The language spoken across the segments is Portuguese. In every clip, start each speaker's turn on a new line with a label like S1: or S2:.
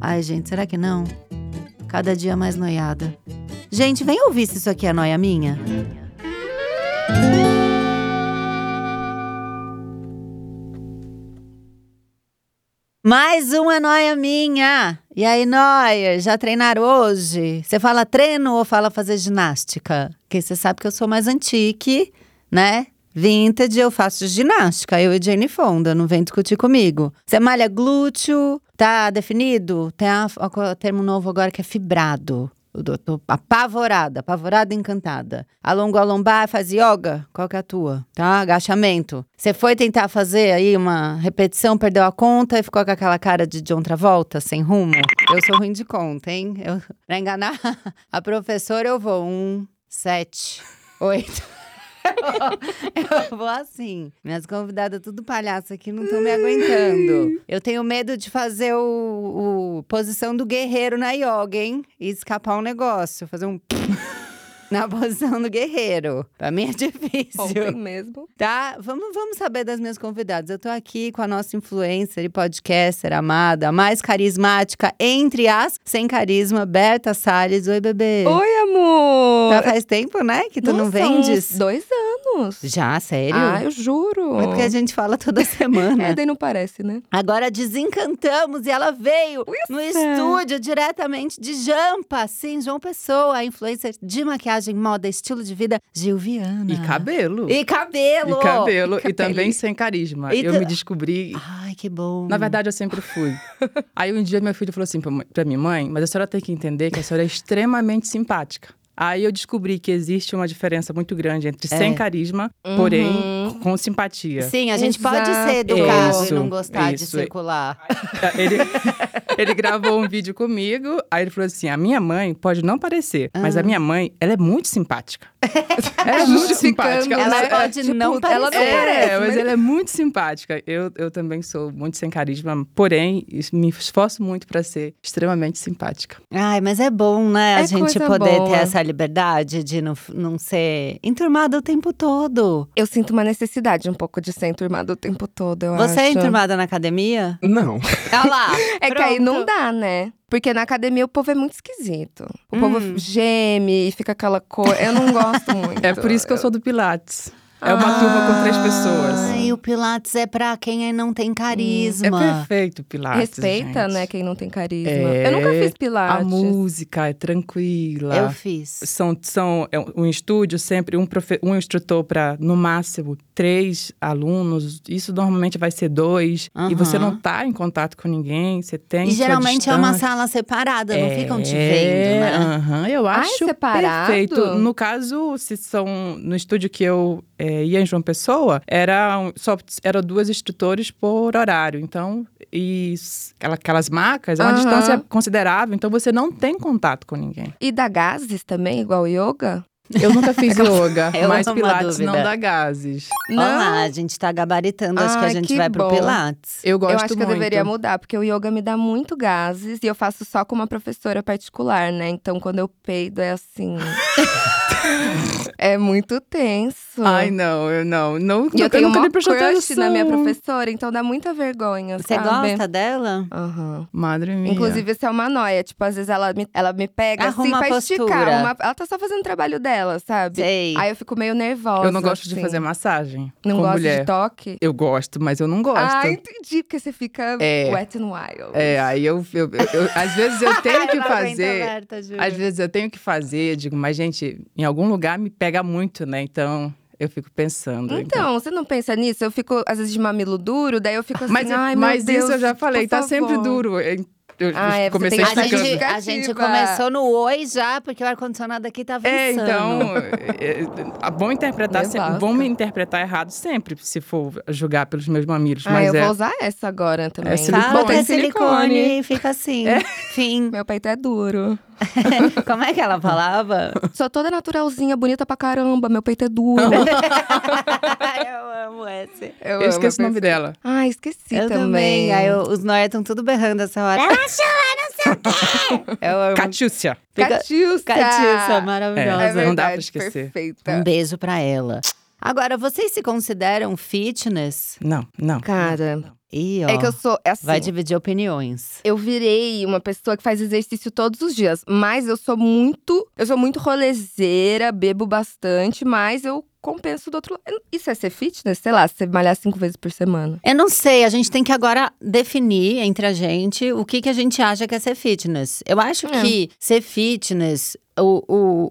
S1: Ai, gente, será que não? Cada dia mais noiada. Gente, vem ouvir se isso aqui é noia minha. Mais uma noia minha! E aí, noia, já treinaram hoje? Você fala treino ou fala fazer ginástica? Porque você sabe que eu sou mais antique, né? Vintage, eu faço ginástica, eu e Jane Fonda, não vem discutir comigo. Você malha glúteo, tá definido? Tem a, a, termo novo agora que é fibrado. Eu tô apavorada, apavorada, encantada. Alongou a lombar, faz yoga? Qual que é a tua? Tá? Agachamento. Você foi tentar fazer aí uma repetição, perdeu a conta e ficou com aquela cara de John Travolta, sem rumo? Eu sou ruim de conta, hein? Eu, pra enganar a professora, eu vou um, sete, oito. eu vou assim. Minhas convidadas, tudo palhaço aqui, não estão me aguentando. Eu tenho medo de fazer o, o, posição do guerreiro na yoga, hein? E escapar um negócio, fazer um. na posição do guerreiro. Pra mim é difícil.
S2: Ontem mesmo.
S1: Tá? Vamos, vamos saber das minhas convidadas. Eu tô aqui com a nossa influencer e podcaster amada, a mais carismática entre as sem carisma, Berta Salles. Oi, bebê.
S2: Oi, amor.
S1: Já faz tempo, né, que É. tu
S2: nossa,
S1: não vendes?
S2: dois anos.
S1: Já, sério?
S2: Ah, eu juro.
S1: É porque a gente fala toda semana.
S2: é, daí não parece, né?
S1: Agora desencantamos e ela veio Isso. no estúdio diretamente de Jampa. Sim, João Pessoa, a influencer de maquiagem moda, estilo de vida, Gil Viana.
S3: E cabelo.
S1: E cabelo.
S3: E cabelo. E, e também sem carisma. E Ah, eu tu... me descobri.
S1: Ai, que bom.
S3: Na verdade, eu sempre fui. Aí um dia meu filho falou assim pra minha mãe: Mas a senhora tem que entender que a senhora é extremamente simpática. Aí eu descobri que existe uma diferença muito grande entre é. sem carisma, uhum. porém com simpatia.
S1: Sim, a gente Exato. pode ser educado isso, e não gostar isso. de circular.
S3: Ele, ele gravou um vídeo comigo, aí ele falou assim: a minha mãe pode não parecer, ah. mas a minha mãe, ela é muito simpática. ela é muito
S2: né?
S3: simpática. né?
S1: Ela, ela pode é, tipo, não parecer.
S3: Ela não parece, é, mas, mas ela é muito simpática. Eu, eu também sou muito sem carisma, porém me esforço muito para ser extremamente simpática.
S1: Ai, mas é bom, né? a gente poder boa. ter essa liberdade de não, não ser enturmada o tempo todo.
S2: Eu sinto uma necessidade um pouco de ser enturmada o tempo todo, eu
S1: Você
S2: acho.
S1: é enturmada na academia?
S4: Não.
S1: Olha lá.
S2: é pronto. que aí não dá, né? Porque na academia o povo é muito esquisito. O hum. povo geme e fica aquela cor. Eu não gosto muito.
S3: É por isso que eu, eu sou do Pilates. É uma ah, turma com três pessoas.
S1: E o Pilates é pra quem não tem carisma.
S3: É perfeito o Pilates.
S2: Respeita,
S3: gente.
S2: né, quem não tem carisma. É... Eu nunca fiz Pilates.
S3: A música é tranquila.
S1: Eu fiz.
S3: São, são é um estúdio sempre, um, profe, um instrutor para no máximo, três alunos. Isso normalmente vai ser dois. Uhum. E você não tá em contato com ninguém, você tem.
S1: E geralmente é uma sala separada, é... não ficam te vendo, né?
S3: Uhum. Eu acho
S2: Ai,
S3: perfeito. No caso, se são. No estúdio que eu é, ia em João Pessoa, era um, só eram duas instrutores por horário. Então, e aquelas marcas é uma uhum. distância considerável, então você não tem contato com ninguém.
S2: E dá gases também, igual yoga?
S3: Eu nunca fiz yoga, mas Pilates não dá gases.
S1: Não. Olá, a gente tá gabaritando, acho ah, que a gente que vai bom. pro Pilates.
S3: Eu gosto muito.
S2: Eu acho
S3: muito.
S2: que eu deveria mudar, porque o yoga me dá muito gases e eu faço só com uma professora particular, né? Então quando eu peido é assim. é muito tenso.
S3: Ai, não, eu não. não
S2: e eu
S3: nunca,
S2: tenho
S3: nunca
S2: uma crush na minha professora, então dá muita vergonha.
S1: Você
S2: sabe?
S1: gosta dela?
S2: Aham.
S3: Uhum. Madre minha.
S2: Inclusive, isso é uma noia. Tipo, às vezes ela me, ela me pega Arruma assim pra
S1: postura.
S2: esticar. Uma... Ela tá só fazendo o trabalho dela, sabe?
S1: Sei.
S2: Aí eu fico meio nervosa.
S3: Eu não gosto
S2: assim.
S3: de fazer massagem.
S2: Não
S3: com
S2: gosto
S3: mulher.
S2: de toque?
S3: Eu gosto, mas eu não gosto.
S2: Ah, entendi, porque você fica é. wet and wild.
S3: É, aí eu. eu, eu, eu às vezes eu tenho que fazer.
S2: Aberta,
S3: às vezes eu tenho que fazer, digo, mas, gente, em algum lugar me pega muito, né? Então. Eu fico
S2: Então,
S3: pensando.
S2: então, você não pensa nisso? Eu fico, às vezes, de mamilo duro, daí eu fico assim,
S3: mas,
S2: ai,
S3: Mas
S2: Deus,
S3: isso eu já falei, tá
S2: favor.
S3: sempre duro. eu
S2: Ah, é, você
S3: comecei
S2: tem
S1: A
S2: que Essa
S3: explicando.
S1: gente,
S2: justificativa.
S1: a gente começou no oi já, porque o ar-condicionado aqui tá avançando.
S3: É, então, é, é, bom interpretar,
S2: Meu
S3: se,
S2: Vasco.
S3: bom me interpretar errado sempre, se for julgar pelos meus mamilos,
S2: Ah,
S3: mas
S2: eu
S3: é,
S2: vou usar essa agora também.
S3: É silicone. É.
S1: Fala que é
S3: Tem silicone.
S1: silicone, fica assim. Fim.
S2: Meu peito é duro.
S1: Como é que ela falava?
S2: Sou toda naturalzinha, bonita pra caramba, meu peito é duro.
S1: eu amo esse.
S3: eu, esqueço o nome dela.
S2: Ah, esqueci
S1: Eu também. Aí eu- os Noia estão tudo berrando essa hora. Ela chama não sei o quê. Eu amo.
S3: Catiúcia.
S1: Fica-
S2: Catiúcia!
S1: Catiça, maravilhosa.
S2: É
S3: É, Rosa, não dá pra
S2: verdade,
S3: esquecer.
S1: Um
S2: Perfeita.
S1: beijo pra ela. Agora, vocês se consideram fitness?
S3: Não, não.
S2: Cara,
S1: Ih, ó.
S2: é que eu sou. É assim.
S1: Vai dividir opiniões.
S2: Eu virei uma pessoa que faz exercício todos os dias, mas eu sou muito, eu sou muito rolezeira, bebo bastante, mas eu compenso do outro lado. Isso é ser fitness, sei lá, você malhar cinco vezes por semana.
S1: Eu não sei, a gente tem que agora definir entre a gente o que, que a gente acha que é ser fitness. Eu acho
S2: É.
S1: que ser fitness, o,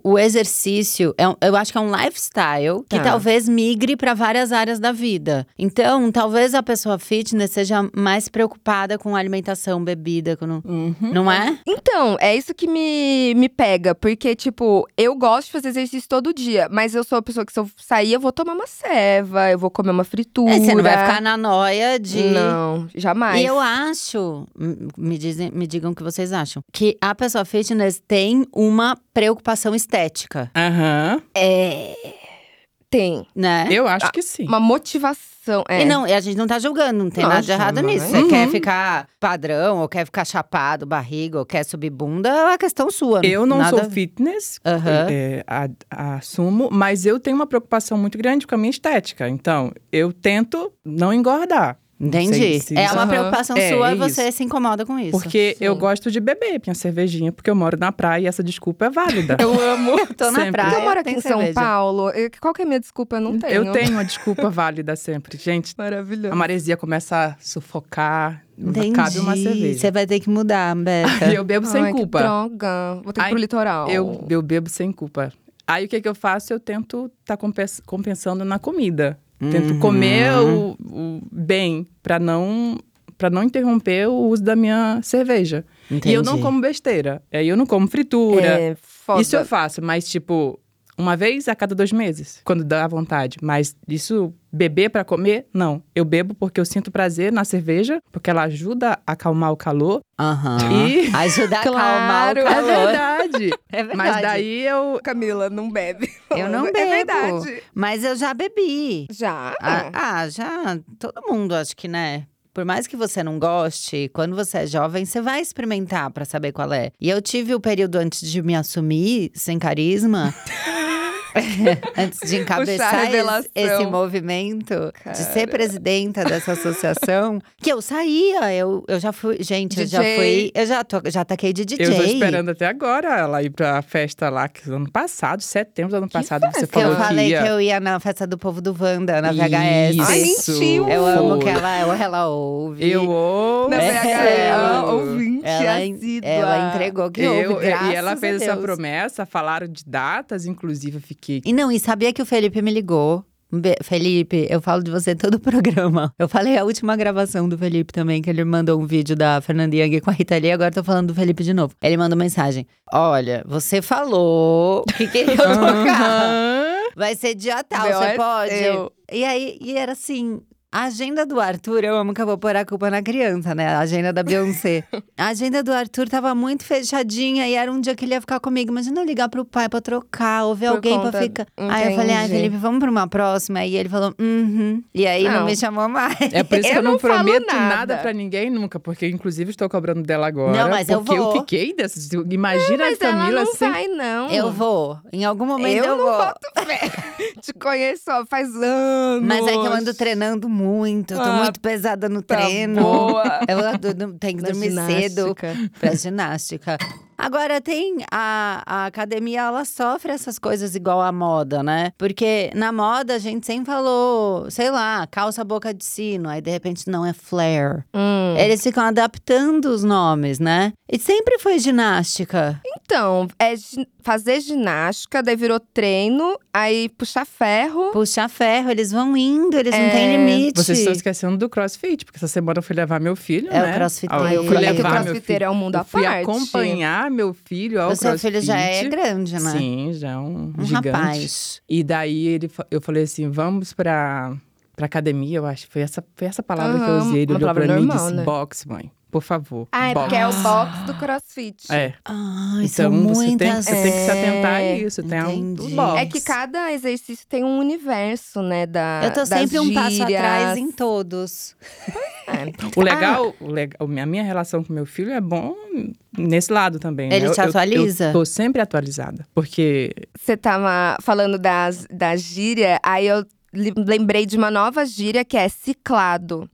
S1: o, o exercício, é um- eu acho que é um lifestyle que
S2: Tá.
S1: talvez migre para várias áreas da vida. Então, talvez a pessoa fitness seja mais preocupada com alimentação, bebida, com, não-
S3: Uhum.
S1: não é?
S2: Então, é isso que me, me pega, porque, tipo, eu gosto de fazer exercício todo dia, mas eu sou a pessoa que se eu sair, eu vou tomar uma ceva, eu vou comer uma fritura.
S1: É, Você não vai ficar na noia de.
S2: Não, jamais.
S1: E eu acho, m- me, dizem, me digam o que vocês acham, que a pessoa fitness tem uma preocupação estética,
S3: Aham.
S1: é.
S2: Tem
S1: né?
S3: Eu acho que sim.
S2: uma motivação. É.
S1: E não, e a gente não tá julgando, não tem nada de
S2: Nossa,
S1: errado
S2: não
S1: nisso.
S2: é?
S1: Você
S3: Uhum.
S1: quer ficar padrão, ou quer ficar chapado, barriga, ou quer subir bunda, é uma questão sua.
S3: Eu não
S1: nada...
S3: sou fitness,
S1: Aham.
S3: é, a- assumo, mas eu tenho uma preocupação muito grande com a minha estética. Então, eu tento não engordar. Não sei
S1: Entendi.
S3: se
S1: é
S3: isso-
S1: uma
S2: Aham.
S1: preocupação
S3: É,
S1: sua,
S3: é
S1: você se incomoda com isso.
S3: Porque eu
S2: sim.
S3: gosto de beber minha cervejinha, porque eu moro na praia e essa desculpa é válida.
S2: Eu amo.
S1: tô na
S3: sempre.
S1: praia.
S2: eu moro aqui
S1: tem
S2: em São
S1: cerveja.
S2: Paulo. eu- Qual que é a minha desculpa? Eu não tenho.
S3: Eu tenho uma desculpa válida sempre. Gente, a
S2: Maravilhoso.
S3: maresia começa a sufocar,
S1: Entendi.
S3: cabe uma cerveja.
S1: Você vai ter que mudar,
S3: E
S1: Beca.
S3: eu bebo sem
S2: Ai, que
S3: culpa.
S2: droga. Vou ter que ir
S3: Ai,
S2: pro litoral.
S3: Eu, eu bebo sem culpa. Aí o que, que eu faço? Eu tento estar compensando na comida. Tento
S1: Uhum.
S3: comer o, o bem pra não para não interromper o uso da minha cerveja. E eu não
S1: Entendi.
S3: como besteira. Aí eu não como fritura.
S2: É, foda.
S3: isso eu faço, mas tipo uma vez a cada dois meses, quando dá vontade. Mas isso beber pra comer? Não. Eu bebo porque eu sinto prazer na cerveja, porque ela ajuda a acalmar o calor.
S1: Aham.
S3: E-
S1: Ajudar a acalmar
S2: Claro,
S1: o
S2: é
S1: calor.
S3: É verdade.
S1: É verdade.
S3: Mas daí eu
S2: Camila, não bebe.
S1: Eu não
S2: É
S1: bebo.
S2: verdade.
S1: Mas eu já bebi.
S2: Já?
S1: Ah, ah, já. Todo mundo, acho que, né? Por mais que você não goste, quando você é jovem, você vai experimentar pra saber qual é. E eu tive o período antes de me assumir sem carisma. antes de encabeçar esse,
S2: revelação.
S1: esse movimento
S2: Cara.
S1: de ser presidenta dessa associação, que eu saía, eu, eu já fui, gente, eu já
S2: DJ.
S1: fui, eu já, to, já taquei de DJ.
S3: Eu tô esperando até agora ela ir pra festa lá, que é ano passado, setembro do ano passado, você
S2: festa?
S1: Que eu
S3: falou que
S1: falei que
S3: ia.
S1: eu ia na festa do povo do Wanda, na VHS.
S3: Isso.
S2: Ai, mentiu.
S1: Eu amo
S3: Foi.
S1: que ela, ela ouve.
S3: Eu ouvi.
S2: Na
S1: É.
S2: VHS, ouvinte
S1: Ela,
S2: assídua.
S1: ela entregou que
S3: ah, Eu-
S1: ouve, graças
S3: e ela fez
S1: a
S3: essa
S1: Deus.
S3: promessa, falaram de datas, inclusive eu fiquei.
S1: E não, e sabia que o Felipe me ligou. Um be- Felipe, eu falo de você todo o programa. Eu falei a última gravação do Felipe também, que ele mandou um vídeo da Fernanda Young com a Rita Lee. Agora eu tô falando do Felipe de novo. Ele mandou mensagem. Olha, você falou que queria tocar.
S3: Aham.
S1: Vai ser dia tal,
S2: B.O.
S1: você
S2: é
S1: pode?
S2: seu.
S1: E aí, e era assim… A agenda do Arthur, eu amo que eu vou pôr a culpa na criança, né? A agenda da Beyoncé. a agenda do Arthur tava muito fechadinha e era um dia que ele ia ficar comigo. Imagina eu ligar pro pai pra trocar, ou ver
S2: Por
S1: alguém pra
S2: conta-
S1: ficar. Aí eu falei, ai,
S2: Entendi.
S1: Felipe, vamos pra uma próxima. E ele falou, uhum. E aí não,
S2: Não.
S1: me chamou mais.
S3: É por isso
S2: Eu
S3: que eu não,
S2: não falo
S3: prometo nada.
S2: nada
S3: pra ninguém nunca, porque inclusive estou cobrando dela agora.
S1: Não, mas eu
S3: porque
S1: vou.
S3: fiquei dessas. Imagina
S2: Mas
S3: a
S2: ela
S3: Camila
S2: não
S3: sem
S2: vai, não.
S1: Eu vou. Em algum momento eu,
S2: Hum. Eu não
S1: vou.
S2: boto fé. Te conheço ó, faz anos.
S1: Mas é que eu ando treinando muito, eu tô
S2: Ah,
S1: muito pesada no
S2: Tá
S1: treino.
S2: Boa.
S1: Eu ado- tenho que
S2: Na
S1: dormir cedo
S2: ginástica.
S1: pra ginástica. Agora, tem a, a academia, ela sofre essas coisas igual a moda, né? Porque na moda a gente sempre falou, sei lá, calça boca de sino, aí de repente não é flare.
S2: Hum.
S3: É.
S1: Eles ficam adaptando os nomes, né? E sempre foi ginástica.
S2: Então, é gi- fazer ginástica, daí virou treino, aí puxar ferro.
S1: Puxar ferro, eles vão indo, eles não têm limite.
S3: É. Vocês estão esquecendo do crossfit, porque essa semana eu fui levar meu filho,
S1: É, o
S3: né?
S1: crossfiteiro.
S3: Aí
S1: Ai,
S3: Eu
S1: o
S3: fui
S1: cro-
S2: é que o
S3: levar meu filho.
S2: crossfiteiro é um mundo à
S3: Eu fui
S2: parte.
S3: acompanhar meu filho ao
S1: O seu
S3: crossfit.
S1: filho já é grande, né?
S3: Sim, já é um,
S1: Um
S3: gigante.
S1: rapaz.
S3: E daí ele, fa- eu falei assim, vamos pra, pra academia, eu acho. Foi essa, foi essa palavra que eu
S2: Aham,
S3: usei. Ele
S2: uma
S3: olhou pra
S2: palavra
S3: mim e
S2: normal,
S3: disse,
S2: né?
S3: boxe, mãe, por favor.
S2: Ah, é
S3: boxe.
S2: porque é o box do crossfit.
S3: É.
S1: Ai, são
S3: Então você, tem,
S1: muitas.
S3: você tem que se atentar a
S2: É,
S3: isso. Tem um
S1: entendi.
S3: boxe.
S2: É que cada exercício tem um universo, né? Da,
S1: Eu tô
S2: das
S1: sempre um passo
S2: gírias.
S1: atrás em todos.
S2: É.
S3: O legal, o legal, a minha relação com meu filho é bom nesse lado também. né?
S1: Ele te
S3: Eu- eu-
S1: atualiza?
S3: Eu, tô sempre atualizada. Porque
S2: ah, Você tava falando das, da gíria, aí eu li- lembrei de uma nova gíria que é ciclado.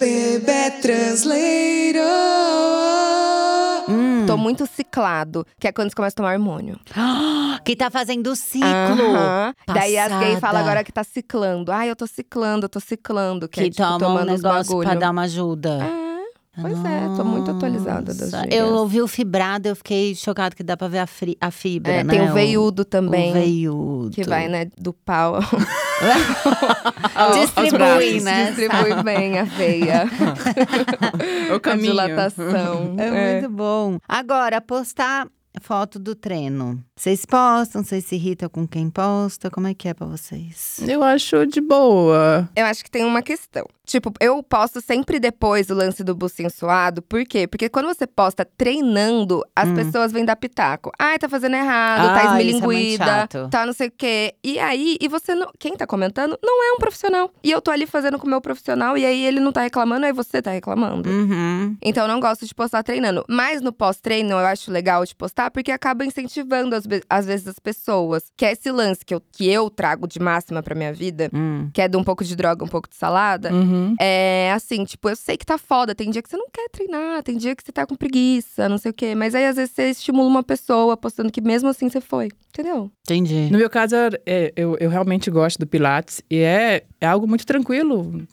S1: Hum.
S2: Tô muito ciclado, que é quando você começa a tomar hormônio.
S1: Ah, Que tá fazendo ciclo.
S2: Aham. Daí as gays
S1: Passada.
S2: falam agora que tá ciclando. Ai, eu tô ciclando, eu tô ciclando. Que,
S1: Que
S2: é, tipo,
S1: toma um
S2: tomando uns
S1: negócio pra
S2: bagulho.
S1: dar um uma ajuda.
S2: É, pois é, tô muito atualizada das
S1: Nossa,
S2: gírias.
S1: Eu ouvi o fibrado, eu fiquei chocado que dá pra ver a, fri- a fibra,
S2: É,
S1: né?
S2: tem o veiudo
S1: O
S2: também. né?
S1: veiudo.
S2: Que vai, né, do pau. ao-
S3: aos
S1: Distribui,
S3: braços.
S1: né?
S2: Distribui bem a veia.
S3: o caminho.
S2: A dilatação.
S1: É, muito bom. Agora, postar foto do treino. Vocês postam, vocês se irritam com quem posta? Como é que é pra vocês?
S3: Eu acho de boa.
S2: Eu acho que tem uma questão. Tipo, eu posto sempre depois o lance do bucinho suado. Por quê? Porque quando você posta treinando, as
S1: Hum.
S2: pessoas vêm dar pitaco. Ai, tá fazendo errado,
S1: Ah,
S2: tá
S1: isso é muito
S2: esmilinguida,
S1: chato.
S2: tá não sei o quê. E aí, e você não. Quem tá comentando não é um profissional. E eu tô ali fazendo com o meu profissional, e aí ele não tá reclamando, aí você tá reclamando.
S1: Uhum.
S2: Então eu não gosto de postar treinando. Mas no pós-treino eu acho legal de postar porque acaba incentivando às, ve- às vezes as pessoas. Que é esse lance que eu, que eu trago de máxima pra minha vida,
S1: Hum.
S2: que é de um pouco de droga, um pouco de salada.
S3: Uhum.
S2: É assim, tipo, eu sei que tá foda. Tem dia que você não quer treinar, tem dia que você tá com preguiça, não sei o quê. Mas aí às vezes você estimula uma pessoa postando que mesmo assim você foi. Entendeu?
S1: Entendi.
S3: No meu caso, é, eu, eu realmente gosto do Pilates e é, é algo muito tranquilo.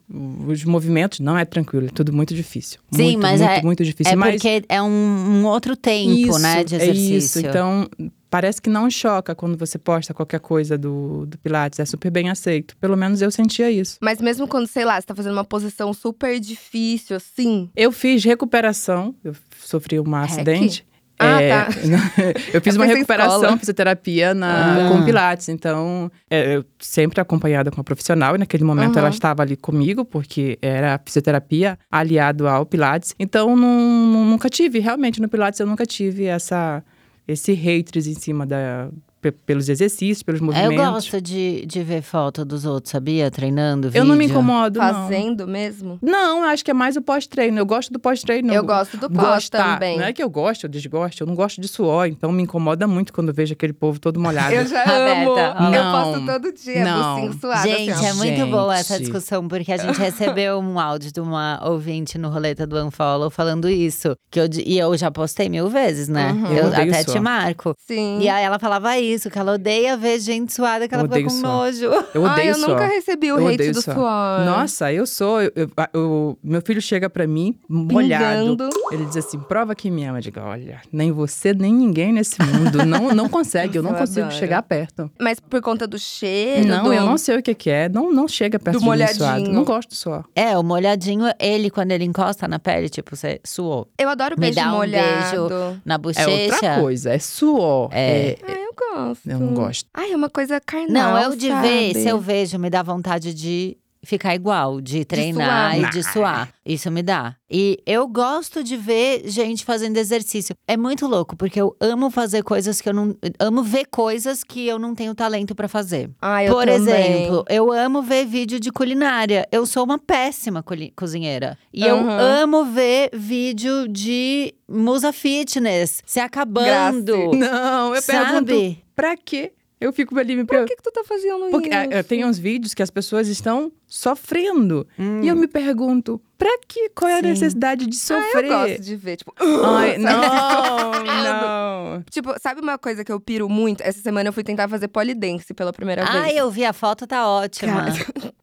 S3: Os movimentos não é tranquilo, é tudo muito difícil.
S1: Sim,
S3: muito,
S1: mas
S3: muito,
S1: é-
S3: muito difícil.
S1: é
S3: mas
S1: porque é um, um outro tempo,
S3: isso,
S1: né, de
S3: é
S1: exercício.
S3: isso. Então, parece que não choca quando você posta qualquer coisa do, do Pilates. É super bem aceito. Pelo menos eu sentia isso.
S2: Mas mesmo quando, sei lá, você tá fazendo uma posição super difícil, assim.
S3: Eu fiz recuperação, eu sofri um
S1: É,
S3: acidente.
S2: Ah, tá.
S3: É, eu fiz
S2: Eu pensei
S3: uma
S2: em
S3: recuperação,
S2: escola.
S3: fisioterapia na,
S1: Ah.
S3: com Pilates. Então, é, eu sempre acompanhada com uma profissional. E naquele momento
S2: Aham.
S3: ela estava ali comigo, porque era fisioterapia aliado ao Pilates. Então, não- não- nunca tive, realmente, no Pilates eu nunca tive essa, esse haters em cima da, pe- pelos exercícios, pelos
S1: É, Eu
S3: movimentos.
S1: gosto de, de ver foto dos outros, sabia? Treinando, vídeo.
S3: Eu não me incomodo, não.
S2: Fazendo mesmo.
S3: Não, eu acho que é mais o pós-treino. Eu gosto do pós-treino.
S2: Eu gosto do pós
S3: gostar.
S2: também.
S3: Não é que eu gosto, eu desgosto. Eu não gosto de suor, então me incomoda muito quando eu vejo aquele povo todo molhado.
S2: Eu já
S1: Roberta,
S2: amo.
S1: olha
S2: Eu
S3: lá.
S2: posto todo dia,
S3: Não.
S2: bucinho suado.
S1: Gente,
S2: assim, ó.
S1: é muito boa essa
S3: Gente.
S1: discussão, porque a gente recebeu um áudio de uma ouvinte no roleta do Unfollow falando isso. Que eu, di- e eu já postei mil vezes, né?
S2: Uhum.
S1: Eu,
S3: Eu odeio
S1: até
S3: suor.
S1: te marco.
S2: Sim.
S1: E aí ela falava isso, que ela odeia ver gente suada, que ela
S3: Eu
S1: ficou com
S3: odeio suor.
S1: nojo.
S3: Eu odeio
S2: Ai, eu
S3: suor.
S2: nunca recebi o
S3: Eu
S2: hate
S3: odeio
S2: do
S3: suor.
S2: suor.
S3: Nossa, eu sou. eu- eu- eu- meu filho chega pra mim molhado.
S2: Pingando.
S3: Ele diz assim: prova que me ama. Eu digo: olha, nem você, nem ninguém nesse mundo. Não, não consegue, eu não
S2: Eu
S3: consigo
S2: adoro.
S3: chegar perto.
S2: Mas por conta do cheiro,
S3: não,
S2: do...
S3: eu não sei o que, que é. Não, não chega perto
S2: Do
S3: de mim
S2: molhadinho.
S3: suado. Não gosto de suor.
S1: É, o molhadinho, ele, quando ele encosta na pele, tipo, você suou
S2: Eu adoro
S1: Me
S2: beijo
S1: dá um
S2: molhado.
S1: na
S3: É
S1: bochecha.
S3: outra coisa, é suor.
S1: É.
S3: É-
S2: Ai, eu gosto.
S3: eu não gosto.
S2: Ai, é uma coisa carnal,
S1: Não, eu de
S2: sabe?
S1: ver, se eu vejo, me dá vontade de ficar igual, de treinar
S2: suar.
S1: e de suar. Isso me dá. E eu gosto de ver gente fazendo exercício. É muito louco, porque eu amo fazer coisas que eu não. Amo ver coisas que eu não tenho talento pra fazer.
S2: Ai, eu
S1: Por
S2: também.
S1: exemplo, eu amo ver vídeo de culinária. Eu sou uma péssima coli- cozinheira. E eu
S2: Uhum.
S1: amo ver vídeo de musa fitness se acabando.
S3: Não, eu pergunto:
S1: Sabe?
S3: pra quê? Eu fico ali me perguntando.
S2: Por que, que tu tá fazendo
S3: Porque é,
S2: isso?
S3: ah, tem uns vídeos que as pessoas estão sofrendo. E eu me pergunto, pra que? Qual é a
S1: Hum. Sim. Ah,
S3: necessidade de
S2: Ah, Eu
S3: sofrer?
S2: gosto de ver, tipo...
S3: Ai,
S2: sabe?
S3: não, não.
S2: Tipo, sabe uma coisa que eu piro muito? Essa semana eu fui tentar fazer polidense pela primeira
S1: Ah,
S2: vez.
S1: eu vi a foto, tá ótima.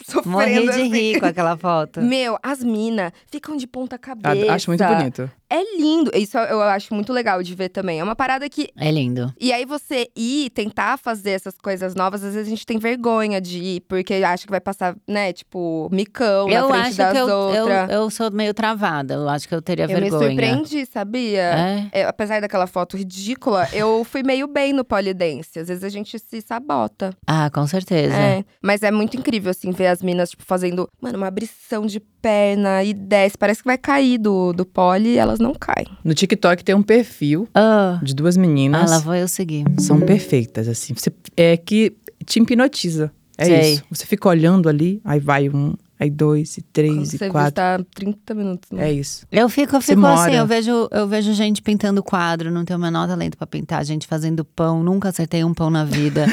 S2: Sofrendo,
S1: Morri de
S2: assim.
S1: rir com aquela foto.
S2: Meu, as minas ficam de ponta
S3: Ah,
S2: cabeça.
S3: Acho muito bonito.
S2: É lindo. Isso eu acho muito legal de ver também. É uma parada que
S1: É lindo.
S2: E aí você ir tentar fazer essas coisas novas, às vezes a gente tem vergonha de ir, porque acha que vai passar, né, tipo, micão na
S1: Eu
S2: frente
S1: acho
S2: das
S1: que eu, eu,
S2: outras.
S1: eu sou meio travada. Eu acho que eu
S3: É
S1: teria
S2: eu me
S1: vergonha.
S2: surpreendi, sabia?
S1: É?
S2: É, apesar daquela foto ridícula, eu fui meio bem no polidense. Às vezes a gente se sabota.
S1: Ah, com certeza.
S2: É. Mas é muito incrível, assim, ver as minas, tipo, fazendo, mano, uma abrição de perna e desce. Parece que vai cair do, do pole e elas não caem.
S3: No TikTok tem um perfil
S1: Ah,
S3: de duas
S1: ah,
S3: meninas.
S1: lá vou eu seguir.
S3: São perfeitas, assim. Você, é que te hipnotiza. É
S1: Sei.
S3: isso. Você fica olhando ali, aí vai um, aí dois, e
S2: Quando
S3: três,
S2: você
S3: e
S2: viu,
S3: quatro.
S2: tá 30 minutos. né?
S3: É isso.
S1: Eu fico, eu
S3: Você
S1: fico assim,
S3: mora.
S1: eu vejo, eu vejo gente pintando quadro, não tenho o menor talento pra pintar, gente fazendo pão, nunca acertei um pão na vida.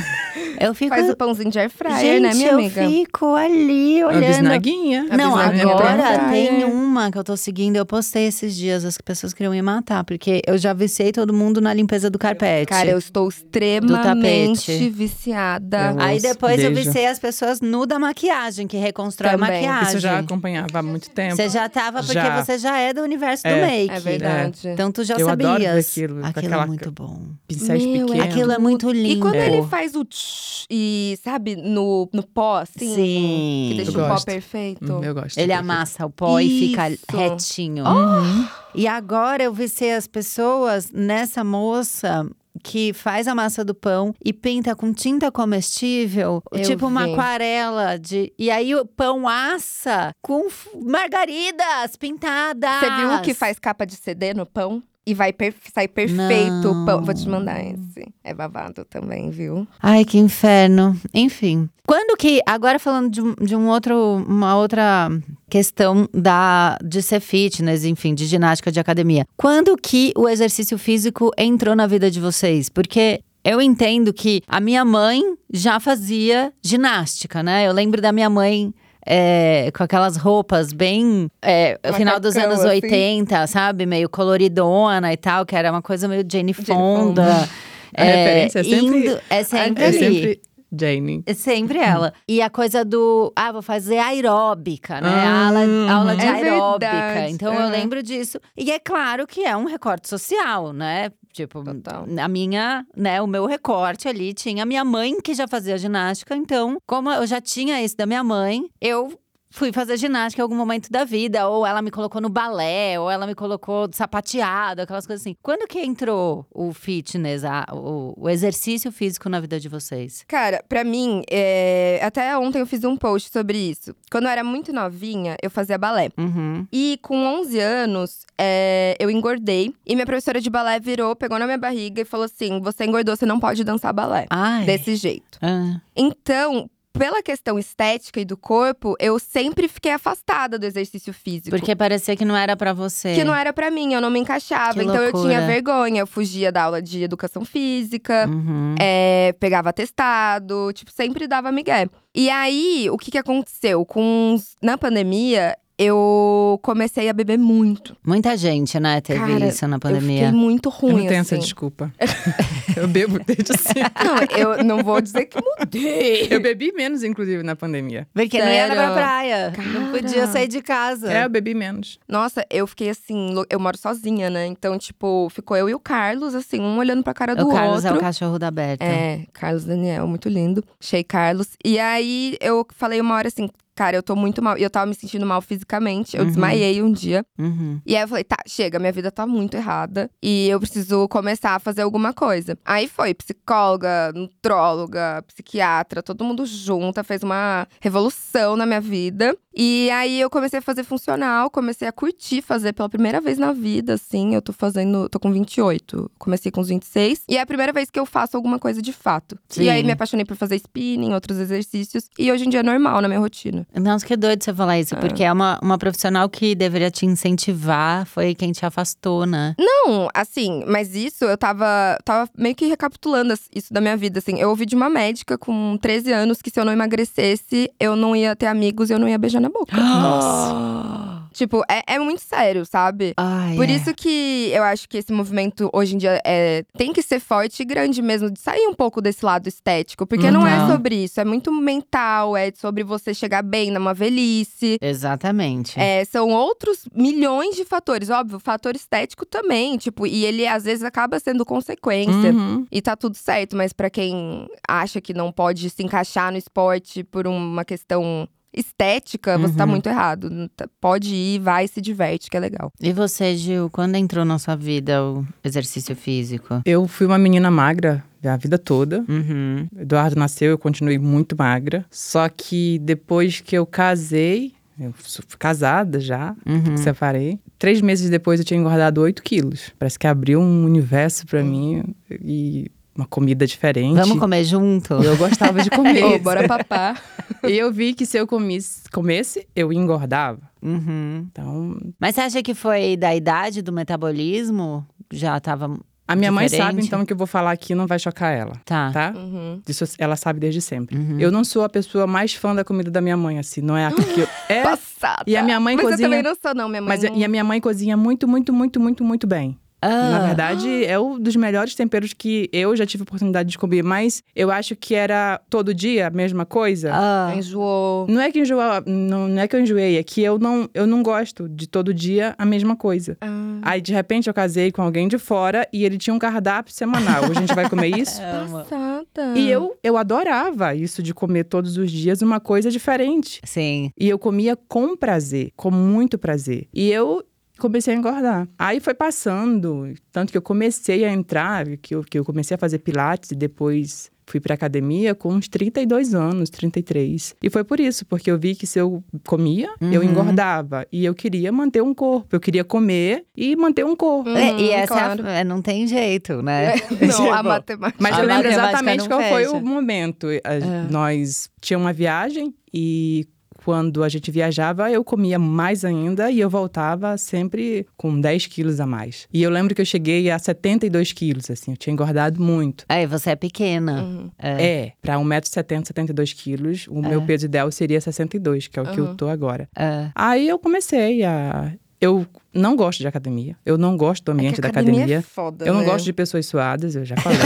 S1: eu fico.
S2: Faz o pãozinho de air fryer,
S1: gente,
S2: né, minha
S1: eu
S2: amiga?
S1: fico ali
S3: A
S1: olhando.
S3: É bisnaguinha.
S2: A
S1: Não,
S2: bisnaguinha
S1: agora
S2: branca.
S1: tem
S2: É.
S1: uma que eu tô seguindo. Eu postei esses dias, as pessoas queriam me matar, porque eu já viciei todo mundo na limpeza do carpete.
S2: Cara, eu estou extremamente
S1: tapete.
S2: viciada. É
S3: Eu-
S1: Aí depois eu
S3: Beijo.
S1: viciei as pessoas nu da maquiagem, que reconstrói a
S2: Também.
S1: maquiagem.
S3: Isso eu já acompanhava há muito tempo.
S1: Você já tava, porque
S3: Já.
S1: você já é do universo do
S3: É.
S1: make.
S2: É verdade.
S1: Então tu já
S3: Eu
S1: sabias.
S3: adoro ver aquilo, com
S1: é
S3: aquela-
S1: muito bom.
S3: Pincéis
S2: Meu, é
S3: pequenos.
S1: Aquilo é muito lindo.
S2: E quando ele faz o tch e, sabe, no, no pó, assim.
S1: Sim.
S2: Que deixa
S3: Eu
S2: o pó
S3: gosto.
S2: perfeito.
S3: Hum, eu gosto.
S1: Ele
S3: Perfeito.
S1: amassa o pó e fica
S2: Isso.
S1: retinho.
S3: Uhum.
S1: E agora eu viciei as pessoas nessa moça que faz a massa do pão e pinta com tinta comestível,
S2: Eu
S1: tipo uma
S2: vi.
S1: aquarela de. E aí o pão assa com f- margaridas pintadas.
S2: Você viu o que faz capa de CD no pão? E vai per- sai perfeito o pão. Vou te mandar esse. É babado também, viu?
S1: Ai, que inferno. Enfim. Quando que. Agora falando de, um- de um outro, uma outra questão da, de ser fitness, enfim, de ginástica de academia. Quando que o exercício físico entrou na vida de vocês? Porque. Eu entendo que a minha mãe já fazia ginástica, né? Eu lembro da minha mãe é, com aquelas roupas bem. É, final dos
S2: Macacão,
S1: anos
S2: assim.
S1: 80, sabe? Meio coloridona e tal, que era uma coisa meio Jane
S2: Jane Fonda.
S1: Fonda.
S3: A referência é sempre-
S1: indo- é sempre
S3: É
S1: ali.
S3: sempre Jane.
S1: É sempre ela. E a coisa do, ah, vou fazer aeróbica, né? A aula,
S3: Uhum.
S1: aula de
S2: É
S1: aeróbica.
S2: verdade,
S1: Então eu
S2: uhum.
S1: lembro disso. E é claro que é um recorte social, né? Tipo,
S2: Total.
S1: a minha, né, o meu recorte ali tinha a minha mãe que já fazia ginástica, então, como eu já tinha isso da minha mãe, eu fui fazer ginástica em algum momento da vida, ou ela me colocou no balé, ou ela me colocou sapateado, aquelas coisas assim. Quando que entrou o fitness, a- o, o exercício físico na vida de vocês?
S2: Cara, pra mim, é, até ontem eu fiz um post sobre isso. Quando eu era muito novinha, eu fazia balé.
S1: Uhum.
S2: E com 11 anos, é, eu engordei. E minha professora de balé virou, pegou na minha barriga e falou assim: Você engordou, você não pode dançar balé.
S1: Ai.
S2: Desse jeito.
S1: Ah,
S2: Então, pela questão estética e do corpo, eu sempre fiquei afastada do exercício físico.
S1: porque parecia que não era pra você.
S2: tipo. Que não era pra mim, eu não me encaixava.
S1: É. Que
S2: então eu tinha
S1: loucura.
S2: vergonha, eu fugia da aula de educação física.
S1: Uhum.
S2: É, pegava atestado, tipo, sempre dava migué. E aí, o que que aconteceu? Com uns- na pandemia, eu comecei a beber muito.
S1: Muita gente, né, teve
S2: Cara,
S1: isso na
S2: Eu
S1: pandemia.
S2: fiquei muito ruim,
S3: eu não tenho
S2: assim.
S3: essa desculpa. eu bebo desde sempre.
S2: Não, eu não vou dizer que mudei.
S3: Eu bebi menos, inclusive, na pandemia.
S1: Porque nem era pra
S2: Sério?
S1: praia. Não
S2: Cara.
S1: podia sair de casa.
S3: É, eu bebi menos.
S2: Nossa, eu fiquei assim, lou- eu moro sozinha, né? Então, tipo, ficou eu e o Carlos, assim, um olhando pra cara do
S1: o Carlos é o
S2: outro.
S1: cachorro da Berta.
S2: É, Carlos Daniel, muito lindo. Achei Carlos. E aí eu falei uma hora assim, cara, eu tô muito mal. E eu tava me sentindo mal fisicamente. Eu
S1: Uhum.
S2: desmaiei um dia.
S1: Uhum.
S2: E aí eu falei, tá, chega, minha vida tá muito errada e eu preciso começar a fazer alguma coisa. Aí foi psicóloga, nutróloga, psiquiatra, todo mundo junta, fez uma revolução na minha vida. E aí eu comecei a fazer funcional, comecei a curtir fazer pela primeira vez na vida, assim. Eu tô fazendo, tô com 28, comecei com os 26. E é a primeira vez que eu faço alguma coisa de fato.
S1: Sim.
S2: E aí me apaixonei por fazer spinning, outros exercícios. E hoje em dia é normal na minha rotina.
S1: Nossa, que doido você falar isso, porque é uma, uma profissional que deveria te incentivar, foi quem te afastou, né?
S2: Não, assim, mas isso eu tava, tava meio que recapitulando as- isso da minha vida, assim. Eu ouvi de uma médica com 13 anos que se eu não emagrecesse, eu não ia ter amigos e eu não ia beijar na boca.
S1: Nossa.
S2: Tipo, é, é muito sério, sabe?
S1: Ai,
S2: Por
S1: é.
S2: isso que eu acho que esse movimento hoje em dia é, tem que ser forte e grande mesmo, de sair um pouco desse lado estético. Porque não é
S1: Uhum.
S2: sobre isso, é muito mental, é sobre você chegar bem numa velhice.
S1: Exatamente.
S2: É, são outros milhões de fatores, óbvio, fator estético também, tipo, e ele às vezes acaba sendo consequência.
S3: Uhum.
S2: E tá tudo certo, mas pra quem acha que não pode se encaixar no esporte por uma questão estética, você tá
S1: Uhum.
S2: muito errado. Não tá- Pode ir, vai, se diverte, que é legal.
S1: E você, Gil, quando entrou na sua vida o exercício físico?
S3: Eu fui uma menina magra a vida toda.
S1: Uhum.
S3: Eduardo nasceu, eu continuei muito magra. Só que depois que eu casei, eu sou casada já,
S2: Hum.
S1: Uhum.
S3: separei. Três meses depois eu tinha engordado 8 quilos. Parece que abriu um universo pra mim e uma comida diferente.
S1: Vamos comer junto?
S3: E eu gostava de comer.
S2: Ô, bora papar.
S3: E eu vi que se eu comisse, comesse, eu engordava.
S1: Uhum.
S3: Então,
S1: Mas você acha que foi da idade, do metabolismo? Já tava.
S3: a minha mãe sabe
S1: Diferente.
S3: então o que eu vou falar aqui não vai chocar ela,
S1: Tá.
S3: tá?
S2: Uhum.
S3: Isso ela sabe desde sempre.
S1: Uhum.
S3: Eu não sou a pessoa mais fã da comida da minha mãe, assim, não é a que eu... É,
S2: Passada.
S3: e a minha mãe
S2: mas
S3: cozinha-
S2: eu também não sou, não, minha mãe.
S3: mas é,
S1: né?
S2: não...
S3: e a minha mãe cozinha muito, muito, muito, muito, muito bem.
S1: Ah,
S3: Na verdade, é um dos melhores temperos que eu já tive oportunidade de comer, mas eu acho que era todo dia a mesma coisa.
S1: ah.
S2: Enjoou.
S3: Não é que enjoa, não, não é que eu enjoei, é que eu não, eu não gosto de todo dia a mesma coisa.
S2: Ah.
S3: Aí, de repente, eu casei com alguém de fora e ele tinha um cardápio semanal. Hoje a gente vai comer isso?
S1: Amo.
S2: Passada.
S3: E eu, eu adorava isso de comer todos os dias uma coisa diferente.
S1: Sim.
S3: E eu comia com prazer, com muito prazer. E eu comecei a engordar. Aí foi passando, tanto que eu comecei a entrar, que eu, que eu comecei a fazer pilates e depois fui pra academia com uns 32 anos, 33. E foi por isso, porque eu vi que se eu comia, eu
S1: Uhum.
S3: engordava. E eu queria manter um corpo, eu queria comer e manter um corpo.
S2: Uhum,
S1: É, e essa é a-
S2: claro.
S1: é, não tem jeito, né?
S2: Não, a é
S1: Tipo,
S2: matemática.
S3: Mas
S1: A
S3: eu lembro
S1: matemática
S3: exatamente
S1: não
S3: qual foi
S1: fecha.
S3: o momento. A- Nós tínhamos uma viagem e quando a gente viajava, eu comia mais ainda e eu voltava sempre com 10 quilos a mais. E eu lembro que eu cheguei a 72 quilos, assim, eu tinha engordado muito.
S1: Aí você é pequena.
S2: Uhum.
S3: É, pra 1,70m, 72 quilos, o meu peso ideal seria 62, que é o que eu
S2: Uhum.
S3: tô agora.
S1: É.
S3: Aí eu comecei a. Eu não gosto de academia, eu não gosto do ambiente
S2: É que
S3: da
S2: a academia,
S3: academia.
S2: é foda,
S3: Eu não
S2: né?
S3: gosto de pessoas suadas, eu já falei.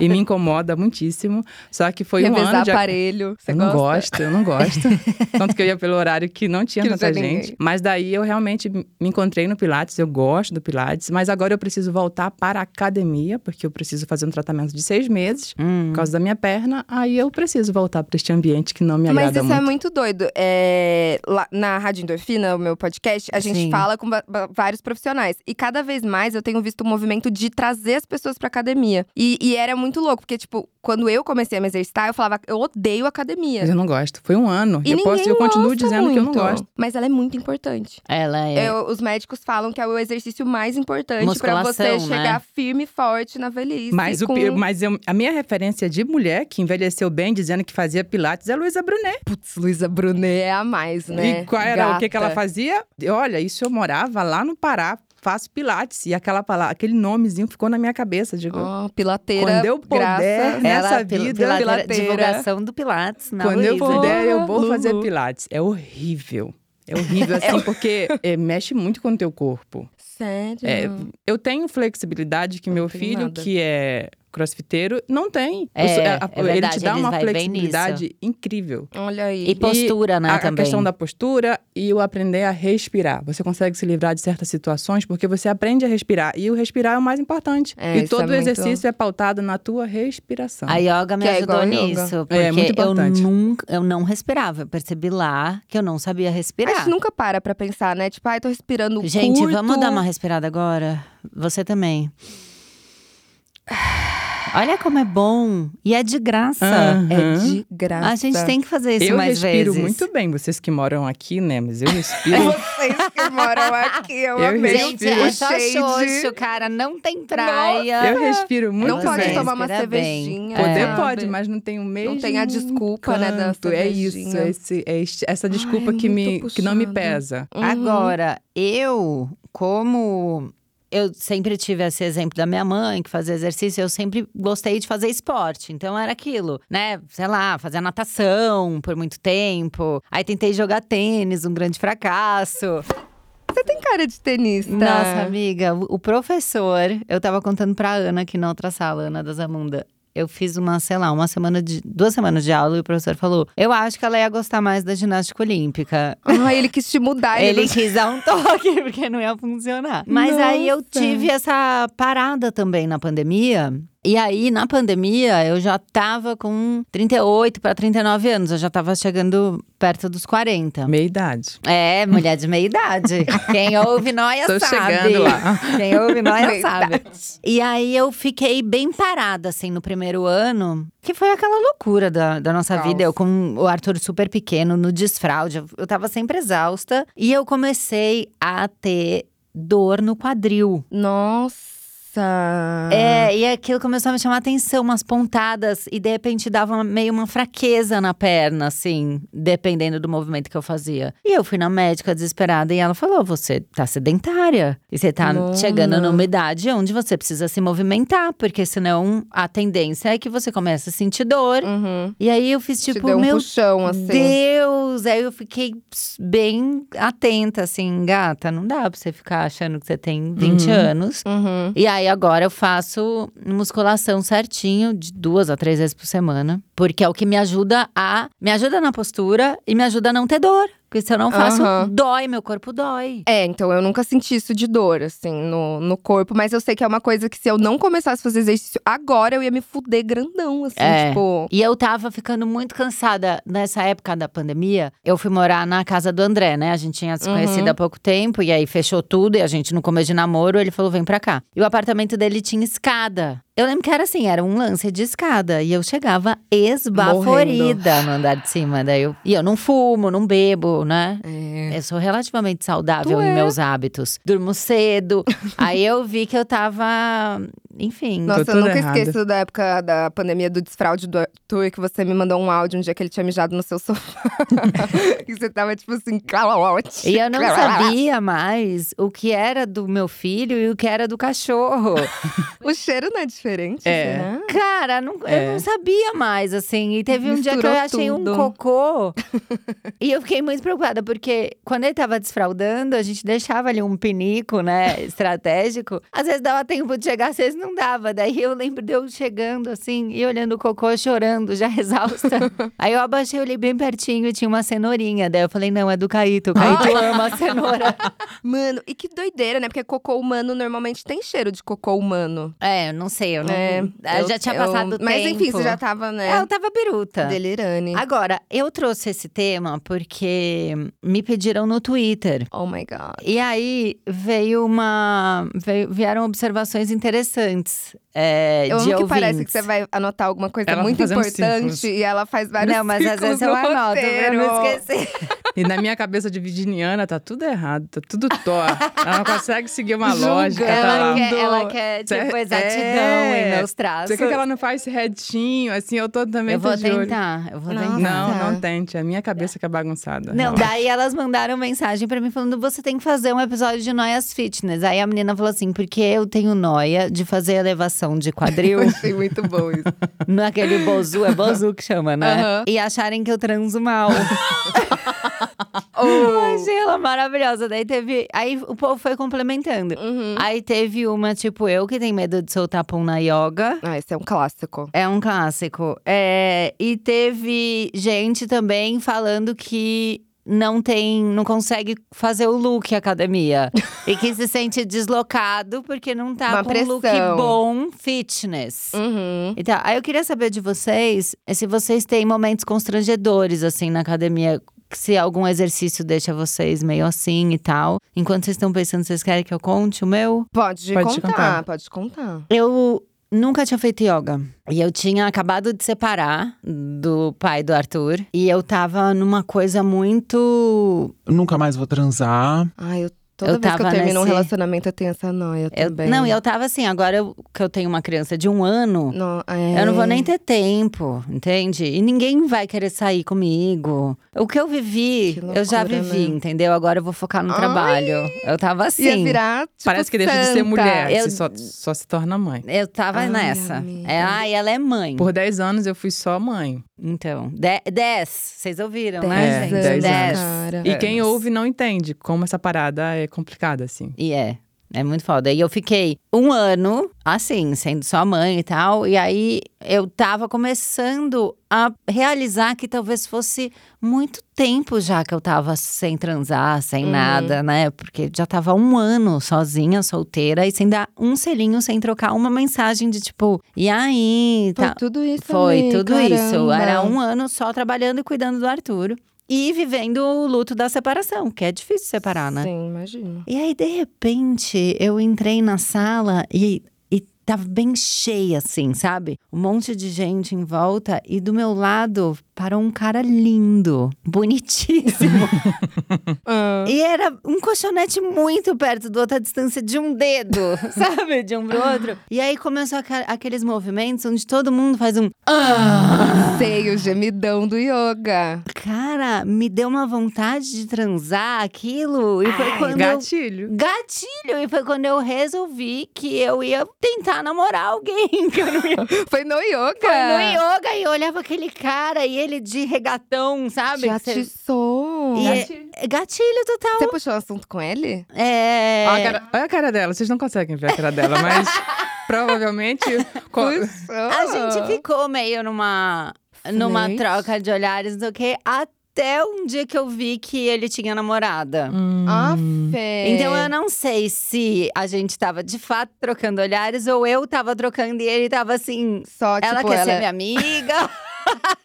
S3: e me incomoda muitíssimo. Só que foi um
S2: Revezar
S3: ano de.
S2: aparelho. Você
S3: eu não
S2: gosta?
S3: gosto, eu não gosto. Tanto que eu ia pelo horário que não tinha
S2: Que não
S3: tanta
S2: tinha ninguém.
S3: gente. Mas daí eu realmente me encontrei no Pilates, eu gosto do Pilates, mas agora eu preciso voltar para a academia, porque eu preciso fazer um tratamento de seis meses
S1: Hum.
S3: por causa da minha perna. Aí eu preciso voltar para este ambiente que não me
S2: Mas
S3: agrada
S2: isso é
S3: muito.
S2: muito doido. É, lá na Rádio Endorfina, o meu podcast, a gente
S1: Sim.
S2: fala com va- va- vários profissionais. E cada vez mais eu tenho visto o movimento de trazer as pessoas pra academia. E, e era muito louco, porque, tipo, quando eu comecei a me exercitar, eu falava, eu odeio academia.
S3: Mas eu não gosto. Foi um ano.
S2: E
S3: eu, posso,
S2: ninguém
S3: eu continuo
S2: gosta
S3: dizendo que eu não
S2: muito.
S3: gosto.
S2: Mas ela é muito importante.
S1: Ela é.
S2: Eu- os médicos falam que é o exercício mais importante pra
S1: Musculação, né?
S2: você chegar firme e forte na velhice.
S3: Mas, o
S2: com...
S3: pi- mas eu- a minha referência de mulher que envelheceu bem dizendo que fazia pilates é a Luísa Brunet.
S2: Putz, Luísa Brunet é a mais, né?
S3: E qual era o que, que ela
S2: Gata.
S3: fazia? Olha, isso eu morava lá no Pará, faço pilates. E aquela palavra, aquele nomezinho ficou na minha cabeça. Digo,
S2: Ó, pilateira,
S3: quando eu puder
S2: graça.
S3: nessa
S1: é pil-
S3: vida,
S1: pilateira-
S2: pilateira.
S1: divulgação do Pilates na
S3: quando eu
S1: Luísa.
S3: puder, eu vou
S2: Lulu.
S3: fazer pilates. É horrível. É horrível, assim, porque é, mexe muito com o teu corpo.
S2: Sério?
S3: É, eu tenho flexibilidade que
S2: Não
S3: meu
S2: tem
S3: filho,
S2: nada.
S3: que é crossfiteiro, não tem.
S1: É,
S3: Eu sou-
S1: é
S3: ele
S1: verdade,
S3: te dá
S1: ele
S3: uma
S1: vai bem
S3: flexibilidade incrível.
S2: Olha aí.
S1: E postura, né,
S3: a, a
S1: também.
S3: questão da postura e o aprender a respirar. Você consegue se livrar de certas situações porque você aprende a respirar. E o respirar é o mais importante.
S2: É,
S3: e
S2: isso é
S3: todo o
S2: muito-
S3: exercício é pautado na tua respiração.
S1: A yoga me
S2: Que é
S1: ajudou
S2: igual a yoga.
S1: nisso. Porque
S3: É, muito
S1: eu
S3: importante.
S1: nunca, eu não respirava. Eu percebi lá que eu não sabia
S2: A
S1: respirar.
S2: gente nunca para pra pensar, né? Tipo, ai, tô respirando
S1: Gente,
S2: curto.
S1: vamos dar uma respirada agora? Você também. Olha como é bom. E é de graça.
S3: Aham.
S2: É de graça.
S1: A gente tem que fazer isso
S3: eu
S1: mais
S3: respiro
S1: vezes.
S3: muito bem, vocês que moram aqui, né? Mas eu respiro.
S2: Vocês que moram aqui, eu,
S3: Eu
S2: amei.
S1: Gente,
S3: respiro.
S1: é
S2: o
S1: só
S2: shade.
S1: xoxo, cara. Não tem praia.
S3: eu respiro muito
S2: É. Não
S1: Vocês,
S2: pode
S3: bem. É.
S2: tomar uma
S1: espera bem. É.
S2: cervejinha.
S3: Poder
S2: sabe?
S3: pode, mas não tem o mesmo.
S2: Não tem a desculpa, né, da
S3: canto. É isso,
S2: cervejinha.
S3: é esse- é este- essa
S2: Ai,
S3: desculpa
S2: é
S3: que, me,
S2: muito
S3: que não me
S2: puxado.
S3: pesa.
S2: Uhum.
S1: Agora, eu, como eu sempre tive esse exemplo da minha mãe que fazia exercício, eu sempre gostei de fazer esporte. Então era aquilo, né? Sei lá, fazer natação por muito tempo. Aí tentei jogar tênis, um grande fracasso.
S2: Você tem cara de tenista.
S1: Nossa, amiga, o o professor, eu tava contando pra Ana aqui na outra sala, Ana da Zamunda. Eu fiz uma, sei lá, uma semana de. duas semanas de aula e o professor falou: Eu acho que ela ia gostar mais da ginástica olímpica.
S2: Ai, ele quis te mudar.
S1: Ele
S2: não-
S1: quis dar um toque, porque não ia funcionar. Mas aí eu tive essa parada também na pandemia. E aí, na pandemia, eu já tava com 38 para 39 anos. Eu já tava chegando perto dos 40.
S3: Meia idade.
S1: É, mulher de meia idade. Quem ouve nós
S3: Tô
S1: sabe.
S3: chegando lá.
S1: Quem ouve nós
S2: Meia
S1: sabe. E aí eu fiquei bem parada, assim, no primeiro ano, que foi aquela loucura da, da nossa
S2: Caos.
S1: vida. Eu com o Arthur super pequeno, no desfraude, eu- eu tava sempre exausta. E eu comecei a ter dor no quadril.
S2: Nossa.
S1: É, e aquilo começou a me chamar a atenção, umas pontadas, e de repente dava uma- meio uma fraqueza na perna, assim, dependendo do movimento que eu fazia. E eu fui na médica desesperada e ela falou: você tá sedentária. E você tá
S2: Mona.
S1: chegando numa idade onde você precisa se movimentar, porque senão a tendência é que você comece a sentir dor.
S2: Uhum.
S1: E aí eu fiz
S2: te
S1: tipo,
S2: deu um
S1: meu
S2: puxão, assim.
S1: Deus! Aí eu fiquei ps, bem atenta, assim, gata, não dá pra você ficar achando que você tem 20
S3: Uhum.
S1: anos.
S2: Uhum.
S1: E aí agora eu faço musculação certinho, de duas a três vezes por semana. Porque é o que me ajuda a. Me ajuda na postura e me ajuda a não ter dor. Porque se eu não faço,
S2: Aham.
S1: dói, meu corpo dói.
S2: É, então eu nunca senti isso de dor, assim, no, no corpo. Mas eu sei que é uma coisa que se eu não começasse a fazer exercício agora, eu ia me fuder grandão, assim,
S1: É.
S2: tipo.
S1: E eu tava ficando muito cansada nessa época da pandemia. Eu fui morar na casa do André, né? A gente tinha se
S2: Uhum.
S1: conhecido há pouco tempo e aí fechou tudo e a gente no começo de namoro, ele falou: "Vem pra cá". E o apartamento dele tinha escada. Eu lembro que era assim, era um lance de escada e eu chegava esbaforida no andar de cima, daí eu, e eu não fumo, não bebo, né?
S2: É.
S1: Eu sou relativamente saudável
S2: Tu
S1: em
S2: é.
S1: meus hábitos. Durmo cedo. aí eu vi que eu tava, enfim,
S2: Nossa,
S3: Tô
S2: eu
S3: toda
S2: nunca
S3: errada.
S2: esqueço da época da pandemia do desfraude do Arthur, que você me mandou um áudio um dia que ele tinha mijado no seu sofá. e você tava tipo assim, calorote.
S1: E eu não sabia mais o que era do meu filho e o que era do cachorro.
S2: O cheiro não é diferente, né?
S3: É.
S2: será?
S1: Cara, não- eu
S3: É.
S1: não sabia mais, assim. E teve um dia que eu
S2: Misturou
S1: achei um
S2: tudo.
S1: cocô. e eu fiquei muito preocupada, porque quando ele tava desfraldando, a gente deixava ali um pinico, né, estratégico. Às vezes dava tempo de chegar, às vezes não dava. Daí eu lembro de eu chegando, assim, e olhando o cocô, chorando, já exausta. Aí eu abaixei, olhei bem pertinho e tinha uma cenourinha. Daí eu falei, não, é do Caíto. O Caíto ama a cenoura.
S2: Mano, e que doideira, né? Porque cocô humano normalmente tem cheiro de cocô humano.
S1: É, eu não sei, eu não.
S2: É,
S1: eu já tinha
S2: eu-
S1: passado o tempo.
S2: Mas enfim, você já tava,
S1: É,
S2: né?
S1: eu tava biruta.
S2: Delirane.
S1: Agora, eu trouxe esse tema porque me pediram no Twitter.
S2: Oh my god.
S1: E aí veio uma. veio- vieram observações interessantes. É,
S2: Eu amo
S1: de
S2: que parece que
S1: ouvintes.
S2: você vai anotar alguma coisa
S3: Ela vai
S2: muito
S3: fazer uns
S2: importante
S3: círculos.
S2: e ela faz vários
S1: Não, mas às
S2: círculos
S1: vezes eu
S2: no
S1: anoto pra
S2: roteiro.
S1: não esquecer.
S3: E na minha cabeça de virginiana, tá tudo errado, tá tudo torto. Ela não consegue seguir uma
S2: Julgando.
S3: lógica, tá
S1: Ela
S3: lá.
S1: quer, ela
S3: Você
S1: quer,
S3: Cê-
S1: tipo, exatidão
S3: é.
S1: em meus traços.
S3: quer que ela não faz retinho, assim, eu tô também
S1: eu vou
S3: tô de olho.
S1: tentar, eu vou
S2: Nossa.
S1: tentar.
S3: Não,
S2: Tá.
S3: não tente. É a minha cabeça que é bagunçada.
S1: Não,
S3: Relaxa.
S1: daí elas mandaram mensagem pra mim falando: você tem que fazer um episódio de noias fitness. Aí a menina falou assim: porque eu tenho noia de fazer elevação de
S2: Eu
S1: quadril
S2: achei muito bom isso.
S1: naquele bozu, é bozu que chama, né?
S2: Aham.
S1: E acharem que eu transo mal. Eu
S2: Oh.
S1: achei ela maravilhosa. Daí teve. Aí o povo foi complementando.
S2: Uhum.
S1: Aí teve uma, tipo, eu que tem medo de soltar pão na yoga.
S2: Ah, esse é um clássico.
S1: É um clássico. É, e teve gente também falando que não tem, não consegue fazer o look academia e que se sente deslocado porque não tá
S2: Uma
S1: com um look
S2: pressão.
S1: bom fitness.
S2: Uhum.
S1: Então, aí eu queria saber de vocês é se vocês têm momentos constrangedores assim na academia, se algum exercício deixa vocês meio assim e tal. Enquanto vocês estão pensando, vocês querem que eu conte o meu?
S2: Pode,
S3: Pode
S2: contar,
S3: contar.
S2: pode contar.
S1: Eu nunca tinha feito yoga. E eu tinha acabado de separar do pai do Arthur. E eu tava numa coisa muito.
S4: Eu Nunca mais vou transar.
S2: Ai, eu, toda
S1: Eu
S2: vez que eu
S1: tava
S2: termino um
S1: nesse-
S2: relacionamento, eu tenho essa noia
S1: Eu,
S2: também.
S1: não, e eu tava assim, agora eu- que eu tenho uma criança de um ano,
S2: Não, é...
S1: eu não vou nem ter tempo, entende? E ninguém vai querer sair comigo. O que eu vivi,
S2: Que
S1: eu já
S2: loucura,
S1: vivi,
S2: né?
S1: entendeu? Agora eu vou focar no
S2: Ai!
S1: trabalho. Eu tava
S2: Ia
S1: assim.
S2: virar, tipo,
S3: Parece que deixa de ser
S2: santa.
S3: mulher,
S1: Eu-
S3: se só, só se torna mãe.
S1: Eu tava
S2: Ai,
S1: nessa.
S2: amiga.
S1: É, ai, ela é mãe.
S3: Por 10 anos eu fui só mãe.
S1: Então, de- dez. Vocês ouviram,
S3: Dez
S1: né, gente?
S3: anos,
S1: Dez.
S2: cara.
S3: E quem
S1: anos.
S3: ouve não entende como essa parada é complicada, assim.
S1: E é. É muito foda. E eu fiquei um ano, assim, sendo só mãe e tal. E aí eu tava começando a realizar que talvez fosse muito tempo já que eu tava sem transar, sem
S2: Uhum.
S1: nada, né? Porque já tava um ano sozinha, solteira, e sem dar um selinho, sem trocar uma mensagem de tipo, e aí?
S2: Foi
S1: tá-
S2: tudo isso,
S1: Foi
S2: amiga,
S1: tudo isso.
S2: caramba.
S1: Era um ano só trabalhando e cuidando do Arthur. E vivendo o luto da separação, que é difícil separar, né?
S2: Sim, imagino.
S1: E aí, de repente, eu entrei na sala e, e tava bem cheia, assim, sabe? Um monte de gente em volta e do meu lado parou um cara lindo, bonitíssimo.
S2: Ah,
S1: e era um colchonete muito perto do outro, a distância de um dedo, sabe? De um pro outro. E aí começou aqua- aqueles movimentos onde todo mundo faz um. "Ah!"
S2: sei, o gemidão do yoga.
S1: Cara, me deu uma vontade de transar aquilo. E foi quando eu
S3: Gatilho.
S1: Gatilho! E foi quando eu resolvi que eu ia tentar namorar alguém. Que eu não ia
S2: Foi no yoga.
S1: no yoga e eu olhava aquele cara e ele de regatão, sabe?
S2: Já
S1: Cê-
S2: atiçou.
S1: E é- é Gatilho total.
S2: Você puxou o assunto com ele?
S1: É.
S2: Ah,
S3: Olha, a cara, olha a cara dela, vocês não conseguem ver a cara dela, mas provavelmente. co-
S2: Puxou.
S1: A gente ficou meio numa, numa
S2: Flerte.
S1: troca de olhares, não sei o quê, até um dia que eu vi que ele tinha namorada.
S3: Hum.
S2: Ah, fé.
S1: Então eu não sei se a gente tava de fato trocando olhares ou eu tava trocando e ele tava assim.
S2: Só,
S1: Ela
S2: tipo,
S1: quer ser
S2: ela...
S1: minha amiga.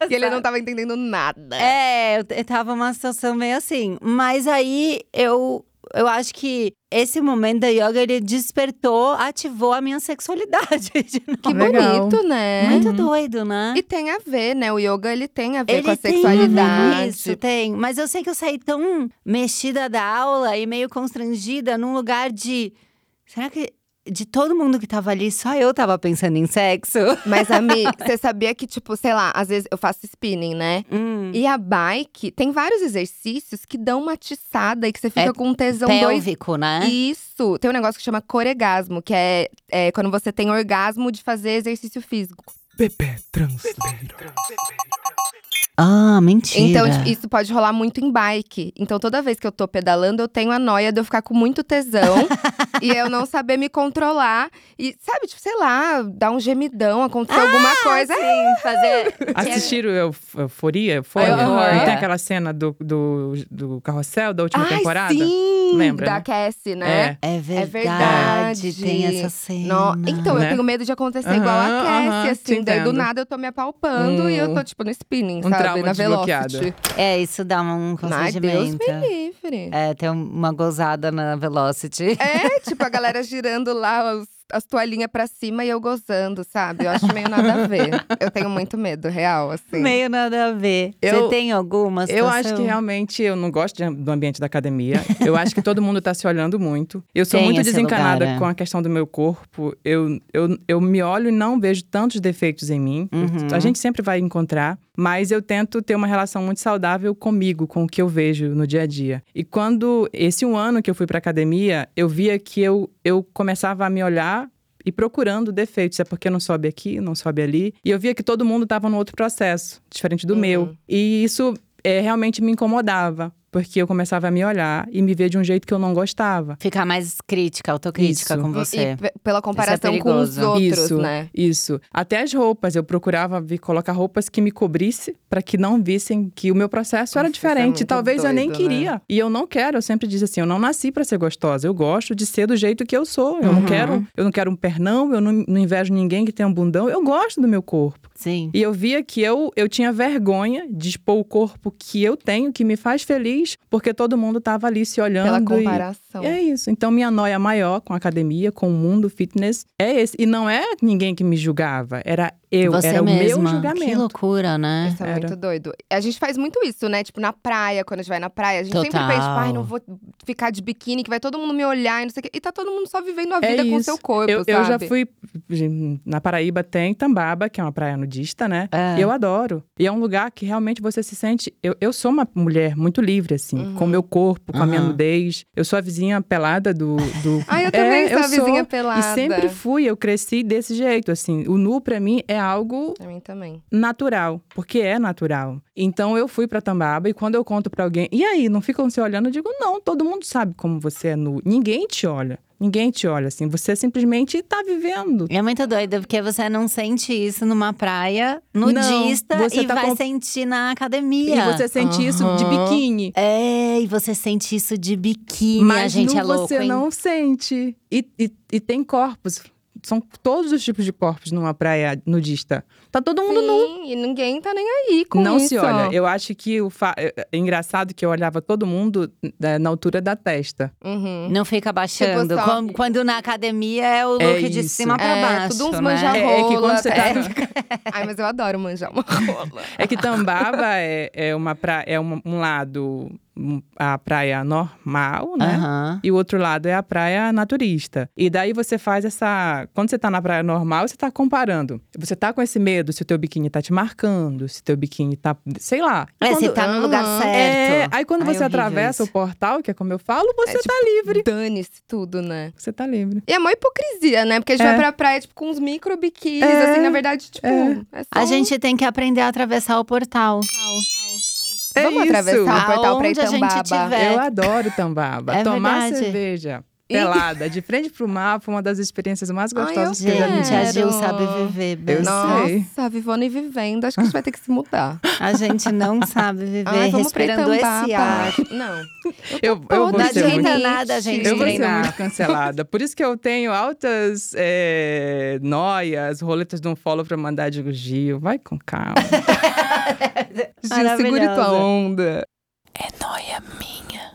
S2: E ele não tava entendendo nada.
S1: É, eu, t- eu tava uma situação meio assim. Mas aí eu, eu acho que esse momento da yoga ele despertou, ativou a minha sexualidade. de novo.
S2: Que
S3: Legal.
S2: bonito, né?
S1: Muito doido, né?
S2: E tem a ver, né? O yoga, ele tem a ver
S1: Ele
S2: com a
S1: tem
S2: sexualidade.
S1: a ver com isso, tem. Mas eu sei que eu saí tão mexida da aula e meio constrangida num lugar de. Será que de todo mundo que tava ali, só eu tava pensando em sexo?
S2: Mas, amiga, você sabia que, tipo, sei lá, às vezes eu faço spinning, né?
S1: Hum.
S2: E a bike, tem vários exercícios que dão uma atiçada e que você fica
S1: É
S2: com um tesão dois.
S1: Pélvico, né?
S2: Isso! Tem um negócio que chama coregasmo, que é, é quando você tem orgasmo de fazer exercício físico.
S4: Pepe transfero.
S1: Ah, mentira.
S2: Então, tipo, isso pode rolar muito em bike. Então, toda vez que eu tô pedalando, eu tenho a noia de eu ficar com muito tesão e eu não saber me controlar. E, sabe, tipo, sei lá, dar um gemidão, acontecer alguma coisa.
S1: Ah,
S2: Ah!
S1: Sim, fazer.
S3: Assistiram Euf- Euforia? Euforia?
S1: Euforia.
S3: Não tem aquela cena do, do, do carrossel da última
S2: Ai,
S3: temporada?
S2: sim!
S3: Lembra,
S2: Da
S3: né?
S2: Cassie, né?
S3: É.
S1: É verdade,
S2: verdade.
S1: tem essa cena.
S2: No- Então, eu
S3: Né?
S2: tenho medo de acontecer igual a
S3: Aham,
S2: Cassie,
S3: aham,
S2: assim.
S3: te
S2: Daí, do
S3: entendo.
S2: nada, eu tô me apalpando e
S1: Hum.
S2: eu tô, tipo, no spinning,
S3: um
S2: sabe?
S3: trauma
S2: Na
S3: desbloqueado.
S2: Velocity.
S1: É, isso dá um
S2: Ai, Deus
S1: constrangimento.
S2: me livre.
S1: É, tem uma gozada na Velocity.
S2: É, tipo, a galera girando lá os- as toalhinhas pra cima e eu gozando, sabe? Eu acho meio nada a ver. Eu tenho muito medo, real, assim.
S1: Meio nada a ver. Você
S3: Eu-
S1: tem alguma
S3: Eu
S1: situação?
S3: acho que realmente eu não gosto de- do ambiente da academia. Eu acho que todo mundo tá se olhando muito. Eu sou
S1: Tem
S3: muito
S1: esse
S3: desencanada
S1: lugar, é.
S3: com a questão do meu corpo. Eu, eu, eu me olho e não vejo tantos defeitos em mim.
S1: Uhum.
S3: A gente sempre vai encontrar, mas eu tento ter uma relação muito saudável comigo, com o que eu vejo no dia a dia. E quando esse um ano que eu fui pra academia, eu via que eu, eu começava a me olhar e procurando defeitos. É porque não sobe aqui, não sobe ali. E eu via que todo mundo estava num outro processo, diferente do
S2: Uhum.
S3: meu. E isso é, realmente me incomodava, porque eu começava a me olhar e me ver de um jeito que eu não gostava.
S1: Ficar mais crítica, autocrítica
S3: Isso.
S1: com
S2: E,
S1: você. é
S2: pe- pela comparação com os
S1: perigoso.
S2: outros,
S3: Isso.
S2: né?
S3: Isso. Até as roupas, eu procurava vi- colocar roupas que me cobrisse para que não vissem que o meu processo era
S2: Nossa, isso é
S3: diferente.
S2: muito
S3: Talvez eu nem
S2: doido, né?
S3: queria. E eu não quero, eu sempre disse assim, eu não nasci para ser gostosa, eu gosto de ser do jeito que eu sou. Eu
S1: Uhum.
S3: não quero, eu não quero um pernão, eu não, não invejo ninguém que tem um bundão, eu gosto do meu corpo.
S1: Sim.
S3: E eu via que eu, eu tinha vergonha de expor o corpo que eu tenho, que me faz feliz, fiz, porque todo mundo tava ali se olhando.
S2: Pela
S3: e-
S2: comparação.
S3: e é isso. Então, minha noia maior com a academia, com o mundo fitness, é esse. E não é ninguém que me julgava, era eu,
S1: Você
S3: era
S1: mesma.
S3: o meu
S1: Que
S3: julgamento.
S1: loucura, né?
S2: Isso é
S3: Era.
S2: muito doido. A gente faz muito isso, né? Tipo, na praia, quando a gente vai na praia, a gente sempre
S1: Total.
S2: pensa, tipo, ai, não vou ficar de biquíni, que vai todo mundo me olhar e não sei o quê. E tá todo mundo só vivendo a
S3: É
S2: vida com o
S3: isso.
S2: seu corpo,
S3: Eu,
S2: sabe?
S3: eu já fui. Na Paraíba tem Tambaba, que é uma praia nudista, né?
S1: É.
S3: E Eu adoro. E é um lugar que realmente você se sente. Eu, eu sou uma mulher muito livre, assim,
S2: Uhum.
S3: com o meu corpo, com a minha
S1: Aham.
S3: nudez. Eu sou a vizinha pelada do. do...
S2: Ai, eu
S3: É,
S2: também sou
S3: eu
S2: a vizinha pelada.
S3: E sempre fui, eu cresci desse jeito, assim. O nu, pra mim, é algo
S2: Pra mim também.
S3: natural, porque é natural. Então eu fui pra Tambaba e quando eu conto pra alguém, e aí, não ficam se olhando? Eu digo, não, todo mundo sabe como você é nu. Ninguém te olha. Ninguém te olha assim, você simplesmente tá vivendo.
S1: É muito doido, porque você não sente isso numa praia
S3: Não,
S1: nudista
S3: você
S1: e
S3: tá
S1: vai
S3: com-
S1: sentir na
S3: E
S1: academia.
S3: você sente isso de
S2: Aham.
S3: biquíni.
S1: É, e você sente isso de biquíni. a
S3: Mas
S1: gente
S3: nu
S1: é louco,
S3: você
S1: hein?
S3: não sente. E, e, e tem corpos. São todos os tipos de corpos numa praia nudista. Tá todo mundo nu.
S2: Sim, e ninguém tá nem aí com
S3: não
S2: isso.
S3: se olha. Eu acho que o fa... é é engraçado que eu olhava todo mundo eh, na altura da testa.
S2: Uhum.
S1: Não fica baixando.
S2: Tipo, só-
S1: Quando, quando na academia é o look
S3: É
S1: de
S3: isso.
S1: cima pra
S2: É,
S1: baixo.
S2: tudo uns
S1: né?
S2: manjar-
S3: É, é que quando você tá
S2: Rola, Ai, mas eu adoro manjar uma rola.
S3: É que Tambaba é, é uma pra, é um, um lado um, a praia
S1: um,
S3: normal, né?
S1: Aham.
S3: E o outro lado é a praia naturista. E daí você faz essa. Quando você tá na praia normal, você tá comparando. Você tá com esse medo se o teu biquíni tá te marcando, se o teu biquíni tá. Sei lá.
S1: É,
S3: Quando-
S1: você tá no lugar
S2: Aham.
S1: certo.
S3: É, aí quando
S1: Ai,
S3: você
S1: horrível
S3: atravessa
S1: isso.
S3: o portal, que é como eu falo, você
S2: É, tipo,
S3: tá livre.
S2: Dane-se tudo, né?
S3: Você tá livre.
S2: E é uma hipocrisia, né? Porque a gente
S3: É.
S2: vai pra praia, tipo, com uns micro biquínis,
S3: É,
S2: assim, na verdade, tipo, é, só
S1: A
S2: um-
S1: gente tem que aprender a atravessar o portal.
S2: Vamos
S3: é isso.
S2: atravessar o portal pra um
S1: Aonde a gente
S2: Itambaba.
S1: tiver.
S3: Eu adoro Tambaba.
S1: É
S3: Tomar
S1: verdade.
S3: cerveja
S2: E-
S3: pelada, de frente pro mar, foi uma das experiências mais
S2: Ai, eu
S3: gostosas que eu já
S1: Gente,
S3: vivi.
S1: a
S2: Quero.
S1: Gil sabe viver.
S3: Eu
S1: Bessa.
S3: sei.
S2: Nossa, vivando e vivendo. Acho que a gente vai ter que se mudar.
S1: A gente não sabe viver
S2: Ai, vamos pra
S1: respirando esse
S2: Itambaba.
S1: ar.
S2: Não.
S3: Eu, eu
S1: Não
S3: vou
S2: toda
S3: ser muito,
S1: adianta
S2: muito-
S1: nada, gente.
S2: tá
S3: eu vou ser
S1: treinar.
S3: muito cancelada. Por isso que eu tenho altas é, noias, roletas de um follow pra mandar. Digo, Gil, vai com calma.
S2: Gil, segure tua
S1: Maravilhosa.
S2: onda.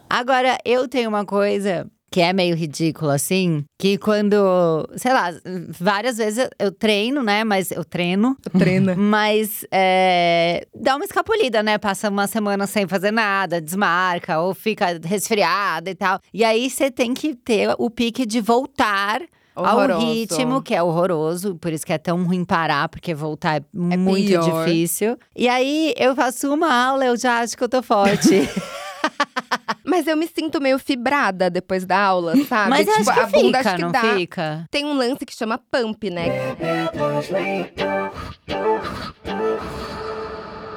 S1: Agora, eu tenho uma coisa que é meio ridícula, assim, que quando, sei lá, várias vezes eu treino, né? Mas eu treino,
S2: Treina.
S1: mas é, dá uma escapulida, né? Passa uma semana sem fazer nada, desmarca, ou fica resfriada e tal. E aí você tem que ter o pique de voltar
S2: Horroroso.
S1: ao ritmo, que é horroroso, por isso que é tão ruim parar, porque voltar é, muito
S2: pior.
S1: difícil. E aí eu faço uma aula, eu já acho que eu tô forte.
S2: Mas eu me sinto meio fibrada depois da aula, sabe?
S1: Mas eu
S2: tipo,
S1: acho que
S2: a bunda
S1: fica,
S2: acho que
S1: não
S2: dá.
S1: fica?
S2: Tem um lance que chama pump, né?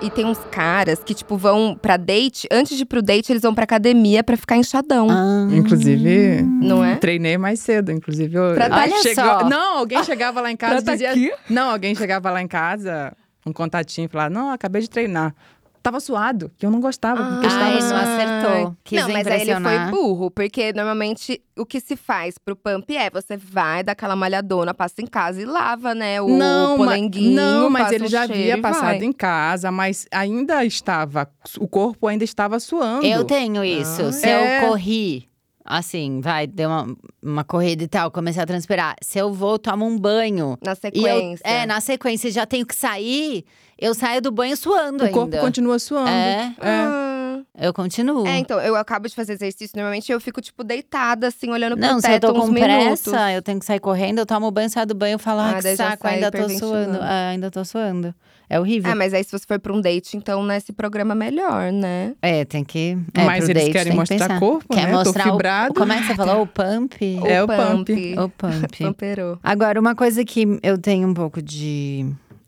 S2: E tem uns caras que, tipo, vão pra date. Antes de ir pro date, eles vão pra academia pra ficar inchadão,
S1: Ah,
S3: Inclusive,
S2: não
S1: então
S2: é?
S3: treinei mais cedo. Inclusive, eu,
S2: Pra tá-
S1: Olha
S3: chegou-
S1: só.
S3: Não, alguém chegava lá em casa
S2: Pra
S3: e
S2: tá
S3: dizia.
S2: aqui.
S3: Não, alguém chegava lá em casa, um contatinho, falava: Não, acabei de treinar. Tava suado, que eu não gostava, porque eu
S1: Ah,
S2: é,
S3: estava
S1: ele não
S3: suado.
S1: acertou. Quis
S2: não, mas aí ele foi
S1: impressionar.
S2: burro, porque normalmente o que se faz pro pump é você vai daquela malhadona, passa em casa e lava, né? O
S3: ma-
S2: polenguinho,
S3: não, mas
S2: passa
S3: ele
S2: um
S3: já
S2: cheiro
S3: havia
S2: e
S3: passado
S2: vai.
S3: em casa, mas ainda estava. O corpo ainda estava suando.
S1: Eu tenho isso.
S2: Ah.
S1: Se
S3: É.
S1: eu corri, assim, vai, deu uma, uma corrida e tal, comecei a transpirar. Se eu vou, tomo um banho.
S2: na
S1: E eu,
S2: sequência.
S1: é, na sequência já tenho que sair, eu saio do banho suando
S3: o corpo
S1: ainda.
S3: continua suando.
S1: É,
S2: Ah.
S1: eu continuo.
S2: É, então, eu acabo de fazer exercício, normalmente eu fico, tipo, deitada, assim, olhando pro
S1: não, se eu
S2: teto
S1: tô
S2: uns
S1: com
S2: minutos.
S1: pressa, eu tenho que sair correndo, eu tomo banho, saio do banho e falo, ah,
S2: Ah,
S1: que
S2: daí já
S1: saco,
S2: sai
S1: ainda tô suando.
S2: hiperventilando.
S1: Ah, ainda tô suando. É horrível.
S2: Ah, mas aí se você for pra um date, então, né, se programa melhor, né?
S1: É, tem que. É,
S3: mas
S1: pro date,
S3: eles
S1: tem
S3: querem
S1: que
S3: mostrar
S1: pensar.
S3: corpo,
S1: Quer
S3: né?
S1: mostrar
S3: Tô
S1: o-
S3: fibrado.
S1: Como é que você falou? O pump?
S3: É o pump.
S1: O pump.
S2: Pamperou.
S1: Agora, uma coisa que eu tenho um pouco de.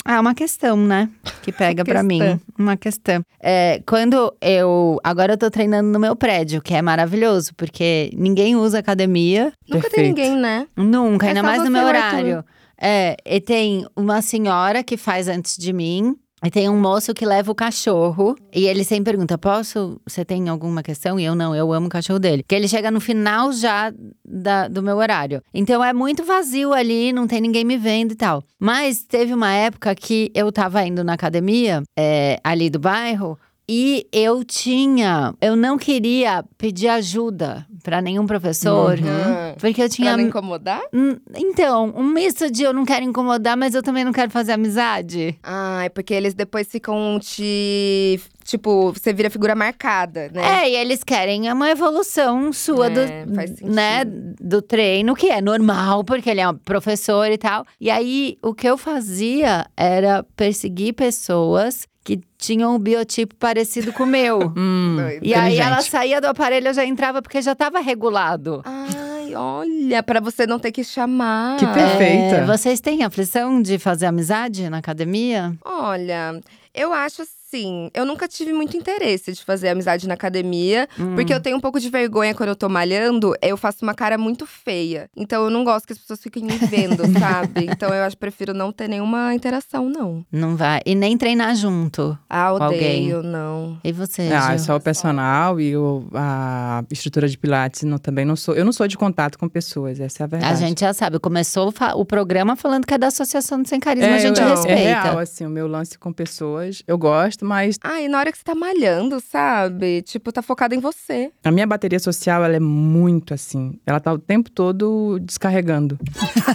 S1: Ah, uma questão, né? Que pega pra mim.
S2: Questão.
S1: Uma questão. É, quando eu. Agora eu tô treinando no meu prédio, que é maravilhoso, porque ninguém usa academia.
S2: Nunca tem
S3: Perfeito.
S2: ninguém, né?
S1: Nunca,
S2: É
S1: ainda
S2: só
S1: mais
S2: você
S1: no meu
S2: e o
S1: horário. É, e tem uma senhora que faz antes de mim. E tem um moço que leva o cachorro. E ele sempre pergunta: posso? Você tem alguma questão? E eu não, eu amo o cachorro dele. Porque ele chega no final já da- do meu horário. Então é muito vazio ali, não tem ninguém me vendo e tal. Mas teve uma época que eu tava indo na academia é, ali do bairro. E eu tinha, eu não queria pedir ajuda pra nenhum professor,
S3: Uhum.
S2: Hum.
S1: porque eu
S2: Pra
S1: tinha
S2: não incomodar?
S1: Hum, Então, um misto de eu não quero incomodar, mas eu também não quero fazer amizade.
S2: Ah, é porque eles depois ficam te. Tipo, você vira figura marcada, né?
S1: É, e eles querem uma evolução sua do,
S2: É, faz sentido.
S1: né, do treino, que é normal, porque ele é um professor e tal. E aí, o que eu fazia era perseguir pessoas que tinham um biotipo parecido com o meu.
S3: Hum,
S2: Doido.
S1: e aí, ela
S3: inteligente.
S1: saía do aparelho, eu já entrava, porque já tava regulado.
S2: Ai, olha, pra você não ter que chamar.
S3: Que perfeito. Perfeita.
S1: É, vocês têm aflição de fazer amizade na academia?
S2: Olha, eu acho assim, eu nunca tive muito interesse de fazer amizade na academia, porque
S1: Hum.
S2: eu tenho um pouco de vergonha quando eu tô malhando, eu faço uma cara muito feia. Então eu não gosto que as pessoas fiquem me vendo, sabe? Então eu acho prefiro não ter nenhuma interação, não.
S1: Não vai. E nem treinar junto.
S2: Ah,
S1: Com alguém.
S2: odeio, não.
S1: E você,
S3: Ah, é
S1: Gil?
S3: só o personal e o- a estrutura de pilates não, também não sou. Eu não sou de contato com pessoas, essa é a verdade.
S1: A gente já sabe, começou fa- o programa falando que é da Associação do Sem Carisma,
S3: É,
S1: a gente
S3: eu-
S1: respeita.
S3: É real, assim, o meu lance com pessoas, eu gosto, mas
S2: Ah, e na hora que você tá malhando, sabe? Tipo, tá focado em você.
S3: a minha bateria social, ela é muito assim. Ela tá o tempo todo descarregando.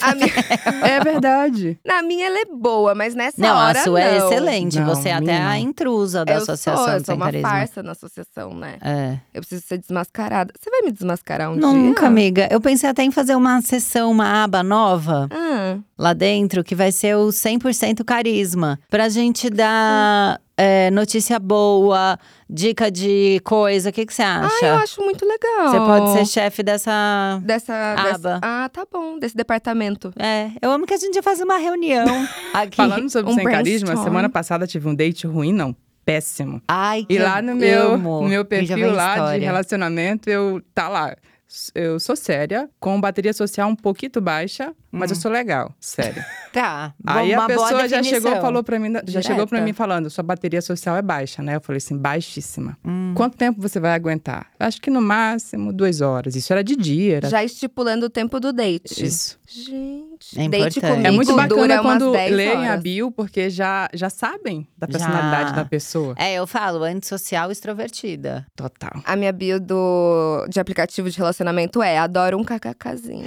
S2: A minha-
S3: é verdade.
S2: na minha ela é boa, mas nessa
S1: não,
S2: hora
S1: a sua é
S2: não.
S1: excelente.
S3: Não,
S1: Você é até
S3: minha
S1: a
S3: não.
S1: intrusa da
S2: Eu
S1: Associação
S2: sou, eu
S1: do
S2: sou
S1: Sem
S2: uma
S1: Carisma.
S2: farsa na associação, né?
S1: É.
S2: Eu preciso ser desmascarada. Você vai me desmascarar um dia?
S1: Nunca, amiga. Eu pensei até em fazer uma sessão, uma aba nova
S2: Ah,
S1: lá dentro, que vai ser o 100% carisma. Pra gente dar é, notícia boa, dica de coisa. O que que você
S2: ah, eu
S1: acha?
S2: acho muito legal.
S1: você pode ser chefe dessa.
S2: dessa dessa-
S1: aba.
S2: Ah, tá bom, desse departamento.
S1: É, eu amo que a gente já faz uma reunião aqui.
S3: Falando sobre
S2: um
S3: sem carisma,
S2: brainstorm.
S3: semana passada tive um date ruim, não. Péssimo.
S1: Ai, que
S3: E lá no
S1: eu
S3: meu,
S1: amo.
S3: no meu
S1: Aí já vem
S3: perfil lá de
S1: história.
S3: relacionamento, eu tá lá. S- Eu sou séria, com bateria social um pouquinho baixa, mas eu sou legal, sério.
S1: Tá. bom,
S3: Aí a
S1: Hum. uma boa
S3: pessoa já
S1: definição.
S3: chegou falou para mim, já chegou para
S2: Direta.
S3: mim falando, sua bateria social é baixa, né? Eu falei assim, baixíssima.
S1: Hum.
S3: Quanto tempo você vai aguentar? Acho que no máximo duas horas. Isso era de dia, era
S2: Já estipulando o tempo do date.
S3: isso.
S2: Gente,
S1: É
S2: date
S1: importante.
S2: comigo
S3: É muito bacana
S2: dura umas
S3: quando
S2: 10
S3: leem a
S2: horas.
S3: bio, porque já, já sabem da
S1: Já.
S3: personalidade da pessoa.
S1: É, eu falo, antissocial extrovertida.
S3: Total.
S2: A minha bio do, de aplicativo de relacionamento é adoro um kkzinho.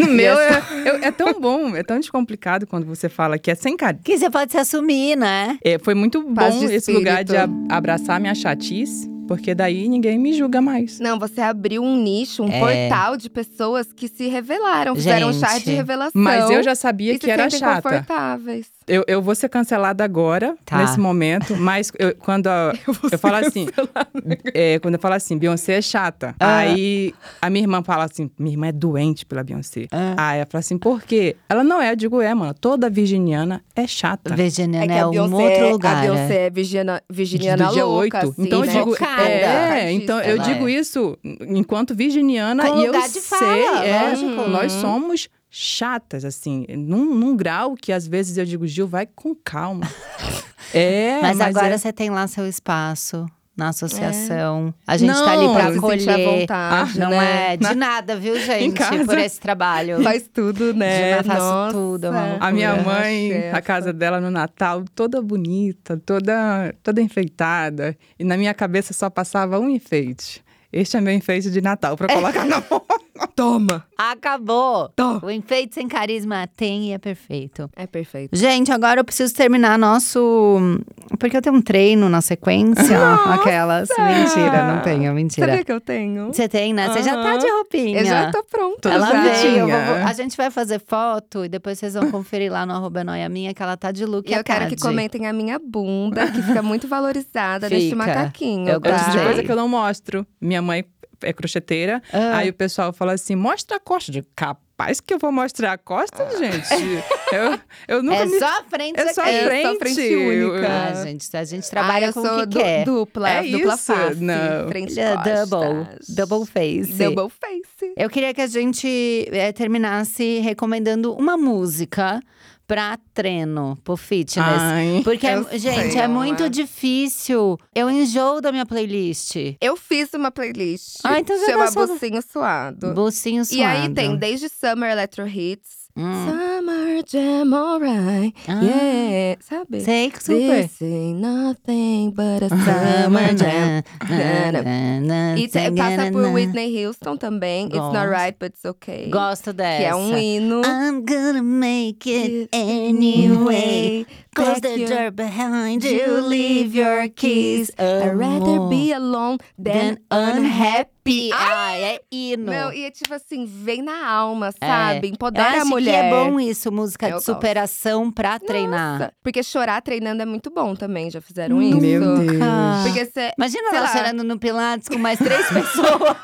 S3: O meu é, eu- é tão bom, é tão descomplicado quando você fala que é sem carinho.
S1: Que você pode se assumir, né?
S3: É, foi muito
S2: Paz
S3: bom
S2: de
S3: esse lugar de
S2: espírito.
S3: a- abraçar minha chatice, porque daí ninguém me julga mais.
S2: Não, você abriu um nicho, um
S1: É.
S2: portal de pessoas que se revelaram, fizeram um chá
S1: Gente,
S2: de revelação.
S3: Mas eu já sabia
S2: e
S3: que
S2: se
S3: era
S2: sentem
S3: chata.
S2: confortáveis.
S3: Eu, eu vou ser cancelada agora,
S1: Tá.
S3: nesse momento, mas eu- quando a- eu, falo assim. é, quando eu falo assim, Beyoncé é chata.
S1: Ah.
S3: Aí a minha irmã fala assim: minha irmã é doente pela Beyoncé.
S1: Ah.
S3: Aí ela fala assim, por quê? Ela não é, eu digo, é, mano. Toda virginiana é chata.
S1: Virginia é,
S2: a
S1: um
S2: Beyoncé-
S1: outro lugar.
S2: A
S1: é.
S2: Beyoncé é virginia, virginiana
S3: do dia
S2: louca,
S3: 8.
S2: assim,
S3: então
S2: né?
S3: eu digo,
S1: Focada.
S3: é,
S2: Artista,
S3: então eu
S1: ela
S3: digo
S1: é.
S3: isso enquanto virginiana
S1: Com
S3: e eu
S1: lugar de
S3: sei,
S1: fala,
S3: é,
S1: lógico.
S3: nós
S2: Uhum.
S3: somos chatas assim, num, num grau que às vezes eu digo, Gil, vai com calma. é,
S1: mas, agora
S3: é-
S1: você tem lá seu espaço na associação. A gente
S3: É. Não,
S1: tá ali pra
S2: se sentir à
S1: acolher.
S2: vontade,
S1: Não
S2: né?
S1: é de nada, viu, gente,
S3: casa.
S1: por esse trabalho.
S2: Faz tudo, né?
S1: Gina, faço
S2: Nossa.
S1: tudo, é uma loucura.
S3: a minha
S2: Ela
S3: mãe,
S2: chefa.
S3: a casa dela no Natal, toda bonita, toda toda enfeitada, e na minha cabeça só passava um enfeite. Este é meu enfeite de Natal pra colocar na
S2: Toma!
S1: Acabou!
S2: Tô.
S1: O enfeite sem carisma tem e é perfeito.
S2: É perfeito.
S1: Gente, agora eu preciso terminar nosso. Porque eu tenho um treino na sequência. Aquelas. Mentira, não tenho, mentira.
S2: Sabia que eu tenho?
S1: Você tem, né? Você já tá
S3: Aham.
S1: de roupinha.
S2: Eu já tô pronta.
S3: Toda
S1: Ela
S2: já.
S1: veio. eu vou-
S3: bonitinha.
S1: a gente vai fazer foto e depois vocês vão conferir lá no arroba noia minha que ela tá de look.
S2: E eu
S1: à
S2: quero que
S1: tarde.
S2: comentem a minha bunda, que fica muito valorizada neste
S1: Fica.
S2: macaquinho.
S1: Eu
S3: É o
S2: tá?
S3: tipo de
S1: Sei.
S3: coisa que eu não mostro. Minha mãe é crocheteira.
S1: Ah.
S3: Aí o pessoal fala assim: mostra a costa. Eu digo, capaz que eu vou mostrar a costa, gente. eu, eu nunca
S1: Ah. É
S3: me.
S1: só a frente.
S3: É só a
S1: aqui.
S3: frente.
S2: só frente única.
S1: Ah, gente, a gente trabalha
S2: Ah, eu
S1: com
S2: sou
S1: o que
S2: du-
S1: quer.
S2: dupla,
S3: É
S2: dupla
S3: isso,
S2: face.
S3: não.
S2: Frente
S1: Olha, double.
S2: costas.
S1: Double face.
S2: Double face.
S1: Eu queria que a gente eh, terminasse recomendando uma música pra treino, pro fitness.
S3: Ai.
S1: Porque, é-
S2: Ah, eu sei,
S1: gente, é
S2: não
S1: muito
S2: é?
S1: difícil. Eu enjoo da minha playlist.
S2: Eu fiz uma playlist.
S1: Ah, então já
S2: Chama
S1: dá sua-
S2: Bocinho Suado.
S1: Bolsinho suado.
S2: E aí tem desde Summer Electro Hits.
S1: Hum.
S2: Summer Summer Jam, alright.
S1: Ah,
S2: Yeah. Sabe?
S1: Sei, super.
S2: This ain't nothing but a summer jam. né? E te- passa por Whitney Houston também. It's not
S1: Gosto.
S2: right, but it's okay.
S1: Gosto dessa.
S2: Que é um hino.
S1: I'm gonna make it anyway. Close
S2: Back
S1: the
S2: your-
S1: door behind you, leave your keys.
S2: I'd rather
S1: amor.
S2: be alone than unhappy.
S1: Ai, é hino.
S2: Não, e é tipo assim, vem na alma,
S1: É.
S2: sabe?
S1: Eu
S2: Empodera
S1: acho
S2: a mulher.
S1: que é bom isso, música
S2: Eu
S1: de
S2: gosto.
S1: superação pra treinar.
S2: Nossa, Porque chorar treinando é muito bom também, já fizeram
S1: Nunca.
S2: isso?
S3: Meu Deus.
S2: Porque você.
S1: Imagina
S2: Sei
S1: ela
S2: lá.
S1: chorando no Pilates com mais três pessoas.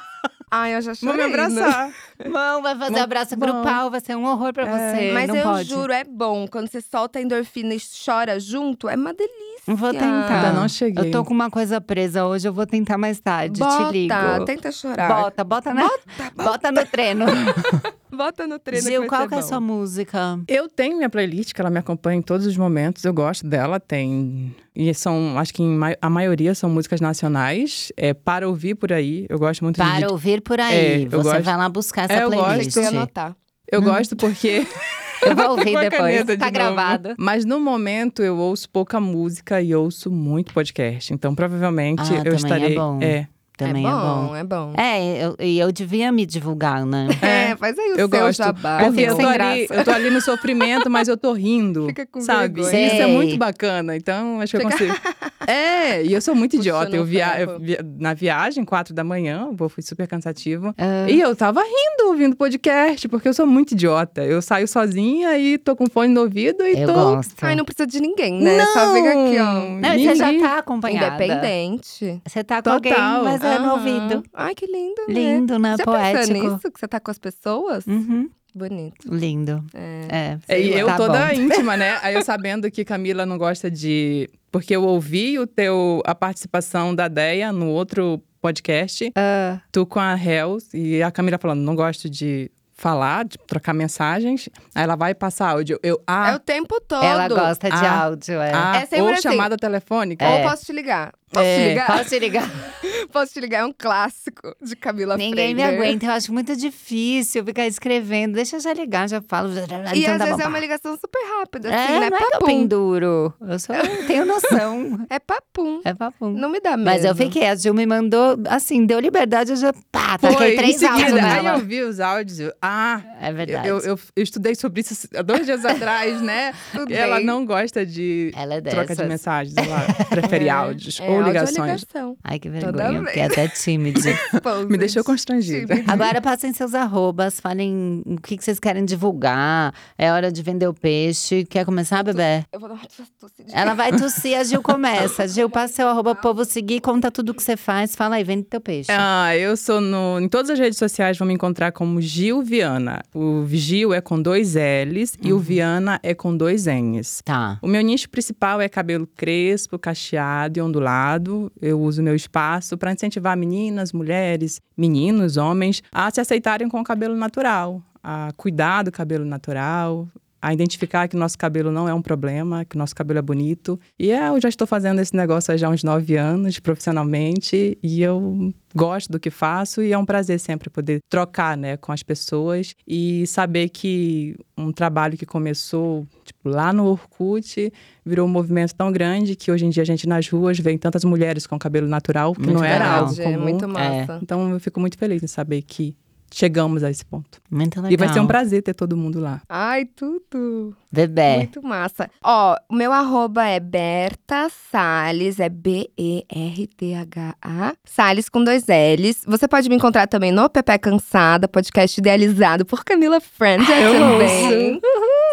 S2: Ai, eu já chorei.
S3: Vamos me
S2: né?
S3: abraçar.
S1: Vão, vai fazer
S3: Não-
S1: abraço
S3: não.
S1: grupal, vai ser um horror pra você.
S2: Mas
S1: não
S2: eu
S1: pode.
S2: juro, é bom. Quando você solta a endorfina e chora junto, é uma delícia.
S1: Vou tentar.
S3: Ainda não cheguei.
S1: Eu tô com uma coisa presa hoje, É, eu vou tentar mais tarde.
S2: bota,
S1: Te ligo.
S2: tenta chorar.
S1: Bota, bota, na, bota, no treino.
S2: Bota no treino.
S1: Gil,
S2: vai
S1: qual
S2: ser
S1: que é a
S2: bom.
S1: sua música?
S3: Eu tenho minha playlist, que ela me acompanha em todos os momentos. Eu gosto dela, tem. E são, acho que em ma- a maioria são músicas nacionais. É para ouvir por aí. Eu gosto muito de.
S1: Para ouvir por aí.
S3: É, eu
S1: você
S3: gosto-
S1: vai lá buscar essa
S3: É, eu
S1: playlist.
S3: gosto.
S2: Deixa eu anotar.
S3: Eu gosto porque.
S1: Eu vou ouvir
S3: Com a
S1: depois.
S3: caneta de
S1: tá
S3: novo.
S1: gravado.
S3: Mas no momento eu ouço pouca música e ouço muito podcast. Então provavelmente
S1: Ah, também
S3: eu
S1: é
S3: estarei.
S1: bom.
S3: É,
S1: Também
S2: é bom, é bom.
S1: É, eu- e eu, devia me divulgar, né?
S2: É, faz aí o
S3: eu
S2: seu
S3: gosto.
S2: jabá. é
S3: Porque eu
S1: Sem
S3: tô, ali,
S1: graça.
S3: eu tô ali no sofrimento, mas eu tô rindo.
S2: Fica com
S3: sabe?
S2: vergonha.
S3: Isso é
S1: Sei.
S3: muito bacana. Então, acho que
S2: Fica-
S3: eu consigo. É, e eu sou muito idiota.
S2: Puxando
S3: Eu, via,
S2: o ferro.
S3: eu via- na viagem, quatro da manhã, vou fui super cansativo.
S1: Ah.
S3: E eu tava rindo ouvindo podcast, porque eu sou muito idiota. Eu saio sozinha e tô com fone no ouvido e
S1: Eu
S3: tô.
S1: gosto.
S2: Ai, não precisa de ninguém, né? Só fica aqui, ó.
S1: Não, e você já
S3: Ninguém-
S1: tá acompanhada.
S2: Independente.
S1: Você tá com
S3: Total.
S1: alguém, mas é no
S2: Aham.
S1: ouvido.
S2: Ai, que lindo, né?
S1: Lindo, né?
S2: Você pensa
S1: Poético.
S2: nisso? Que você tá com as pessoas?
S1: Uhum.
S2: Bonito.
S1: Lindo. É.
S3: É,
S1: sei
S3: e
S1: lá.
S3: eu
S1: Tá
S3: toda
S1: bom.
S3: íntima, né? Aí eu sabendo que Camila não gosta de. Porque eu ouvi o teu, a participação da Deia no outro podcast, tu com a Hells, e a Camila falando, não gosto de falar, de trocar mensagens. Aí ela vai passar áudio. Eu,
S2: É
S3: ah,
S2: o tempo todo.
S1: Ela gosta de
S3: Ah.
S1: áudio, é.
S3: ah,
S2: é sempre
S3: ou
S2: assim.
S3: chamada telefônica.
S2: Ou
S1: É.
S2: posso te ligar? Posso te
S3: É.
S2: ligar?
S1: Posso te ligar?
S2: Posso te ligar? É um clássico de Camila
S1: Ninguém me
S2: Freire.
S1: aguenta, eu acho muito difícil ficar escrevendo. Deixa eu já ligar, já falo.
S2: E
S1: então
S2: às
S1: tá
S2: vezes
S1: bom.
S2: é uma ligação super rápida, assim,
S1: É,
S2: né?
S1: não é que eu
S2: papum.
S1: penduro. Eu só tenho noção.
S2: É papum.
S1: É papum.
S2: Não me dá medo.
S1: Mas eu fiquei, a Gil me mandou, assim, deu liberdade, eu já pá,
S3: Foi,
S1: taquei
S3: em
S1: Tá, três
S3: seguida,
S1: áudios
S3: Aí eu
S1: nela.
S3: vi os áudios. eu, Ah,
S1: É
S3: eu,
S1: verdade.
S3: eu, eu- eu estudei sobre isso há dois dias atrás, né?
S2: Tudo
S3: Ela
S2: bem.
S3: não gosta de
S1: Ela é
S3: troca de
S1: dessas.
S3: mensagens. Ela prefere áudios
S2: É,
S3: ou
S2: áudio
S3: ligações.
S2: ligação.
S1: Ai, que
S2: Toda
S1: vergonha,
S2: vez.
S1: fiquei até tímida.
S3: Me deixou constrangida.
S1: Agora passem seus arrobas, falem o que, que vocês querem divulgar. É hora de vender o peixe. Quer começar, bebê?
S2: Eu vou dar uma tossidinha.
S1: Ela vai tossir, a Gil começa. Gil, passa seu arroba pro povo seguir, conta tudo que você faz. Fala aí, vende teu peixe.
S3: Ah, eu sou no. Em todas as redes sociais vão me encontrar como Gil Viana. O Gil é com dois L's e o Viana é com dois N's.
S1: Tá.
S3: O meu nicho principal é cabelo crespo, cacheado e ondulado. Eu uso meu espaço para incentivar meninas, mulheres, meninos, homens a se aceitarem com o cabelo natural, a cuidar do cabelo natural, a identificar que o nosso cabelo não é um problema, que o nosso cabelo é bonito. E é, eu já estou fazendo esse negócio há já uns nove anos profissionalmente e eu gosto do que faço e é um prazer sempre poder trocar, né, com as pessoas e saber que um trabalho que começou tipo, lá no Orkut virou um movimento tão grande que hoje em dia a gente nas ruas vê tantas mulheres com cabelo natural que
S1: Muito é
S3: não era
S1: legal.
S3: algo comum.
S2: é muito massa.
S3: Então eu fico muito feliz em saber que chegamos a esse ponto.
S1: Muito legal.
S3: E vai ser um prazer ter todo mundo lá.
S2: Ai, tudo.
S3: É.
S1: Bebê.
S2: Muito massa. Ó, o meu arroba é Berta Salles, é B-E-R-T-H-A, Salles com dois L's. Você pode me encontrar também no Pepe Cansada, podcast idealizado por Camila Friend
S3: Eu Uhum.
S2: também.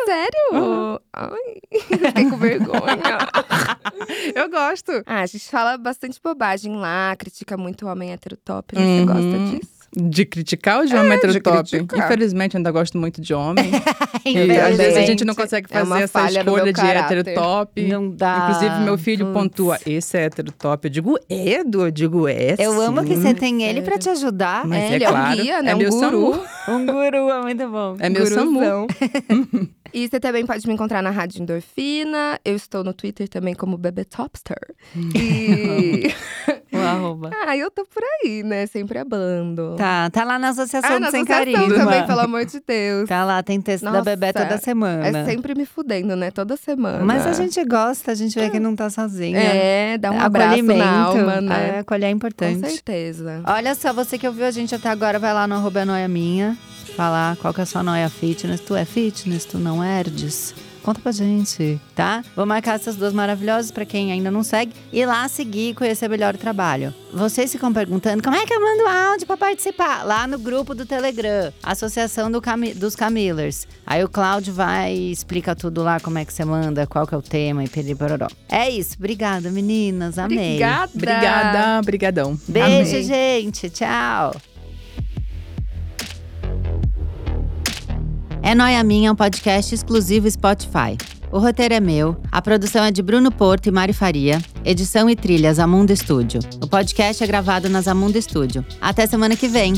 S2: Sério? Ai, fiquei com vergonha.
S3: Eu gosto.
S2: ah, a gente fala bastante bobagem lá, critica muito o homem hétero top, né? Você
S3: Uhum.
S2: gosta disso?
S3: De criticar ou de homem
S2: de
S3: heterotop?
S2: criticar.
S3: Infelizmente, eu ainda gosto muito de homem. e às vezes a
S1: Infelizmente.
S3: gente não consegue
S2: É uma
S3: fazer essa
S2: falha no meu
S3: escolha de
S2: caráter.
S3: heterotop.
S1: Não dá.
S3: Inclusive, meu filho
S1: Putz.
S3: pontua, esse é heterotop. Eu digo, Edu, eu digo, é
S1: Eu amo que
S3: sim."
S1: você tem ele pra te ajudar.
S3: Mas
S2: É,
S3: é,
S2: ele é um
S3: claro,
S2: guia, né?
S3: É
S2: Um
S3: meu
S2: guru.
S3: SAMU.
S1: Um guru é muito bom.
S3: É meu SAMU.
S2: E você também pode me encontrar na Rádio Endorfina. Eu estou no Twitter também como Bebê Topster. E.
S1: O arroba.
S2: ah, eu tô por aí, né? Sempre ablando.
S1: Tá, tá lá na Associação
S2: ah,
S1: do
S2: na
S1: Sem
S2: associação
S1: Carisma.
S2: também, pelo amor de Deus.
S1: Tá lá, tem texto da
S2: Nossa,
S1: Bebê toda semana.
S2: É sempre me fudendo, né? Toda semana.
S1: Mas
S3: Tá.
S1: a gente gosta, a gente vê que não tá sozinha.
S2: É, dá um abraço na alma, né?
S1: É, acolher é
S2: Com
S1: importante.
S2: certeza.
S1: Olha só, você que ouviu a gente até agora, vai lá no arroba é noia minha. Falar qual que é a sua noia fitness. Tu é fitness, tu não herdes. Conta pra gente, tá? Vou marcar essas duas maravilhosas pra quem ainda não segue. E lá seguir e conhecer melhor o trabalho. Vocês ficam perguntando como é que eu mando áudio pra participar? Lá no grupo do Telegram, Associação do Cami- dos Camilers. Aí o Cláudio vai e explica tudo lá, como é que você manda, qual que é o tema e piripororó. É isso. Obrigada, meninas. Amei.
S2: Obrigada.
S3: Obrigada, brigadão.
S1: Beijo,
S2: Amei.
S1: gente. Tchau. É Noia Minha, é um podcast exclusivo Spotify. O roteiro é meu, a produção é de Bruno Porto e Mari Faria, edição e trilhas Amundo Estúdio. O podcast é gravado nas Amundo Estúdio. Até semana que vem.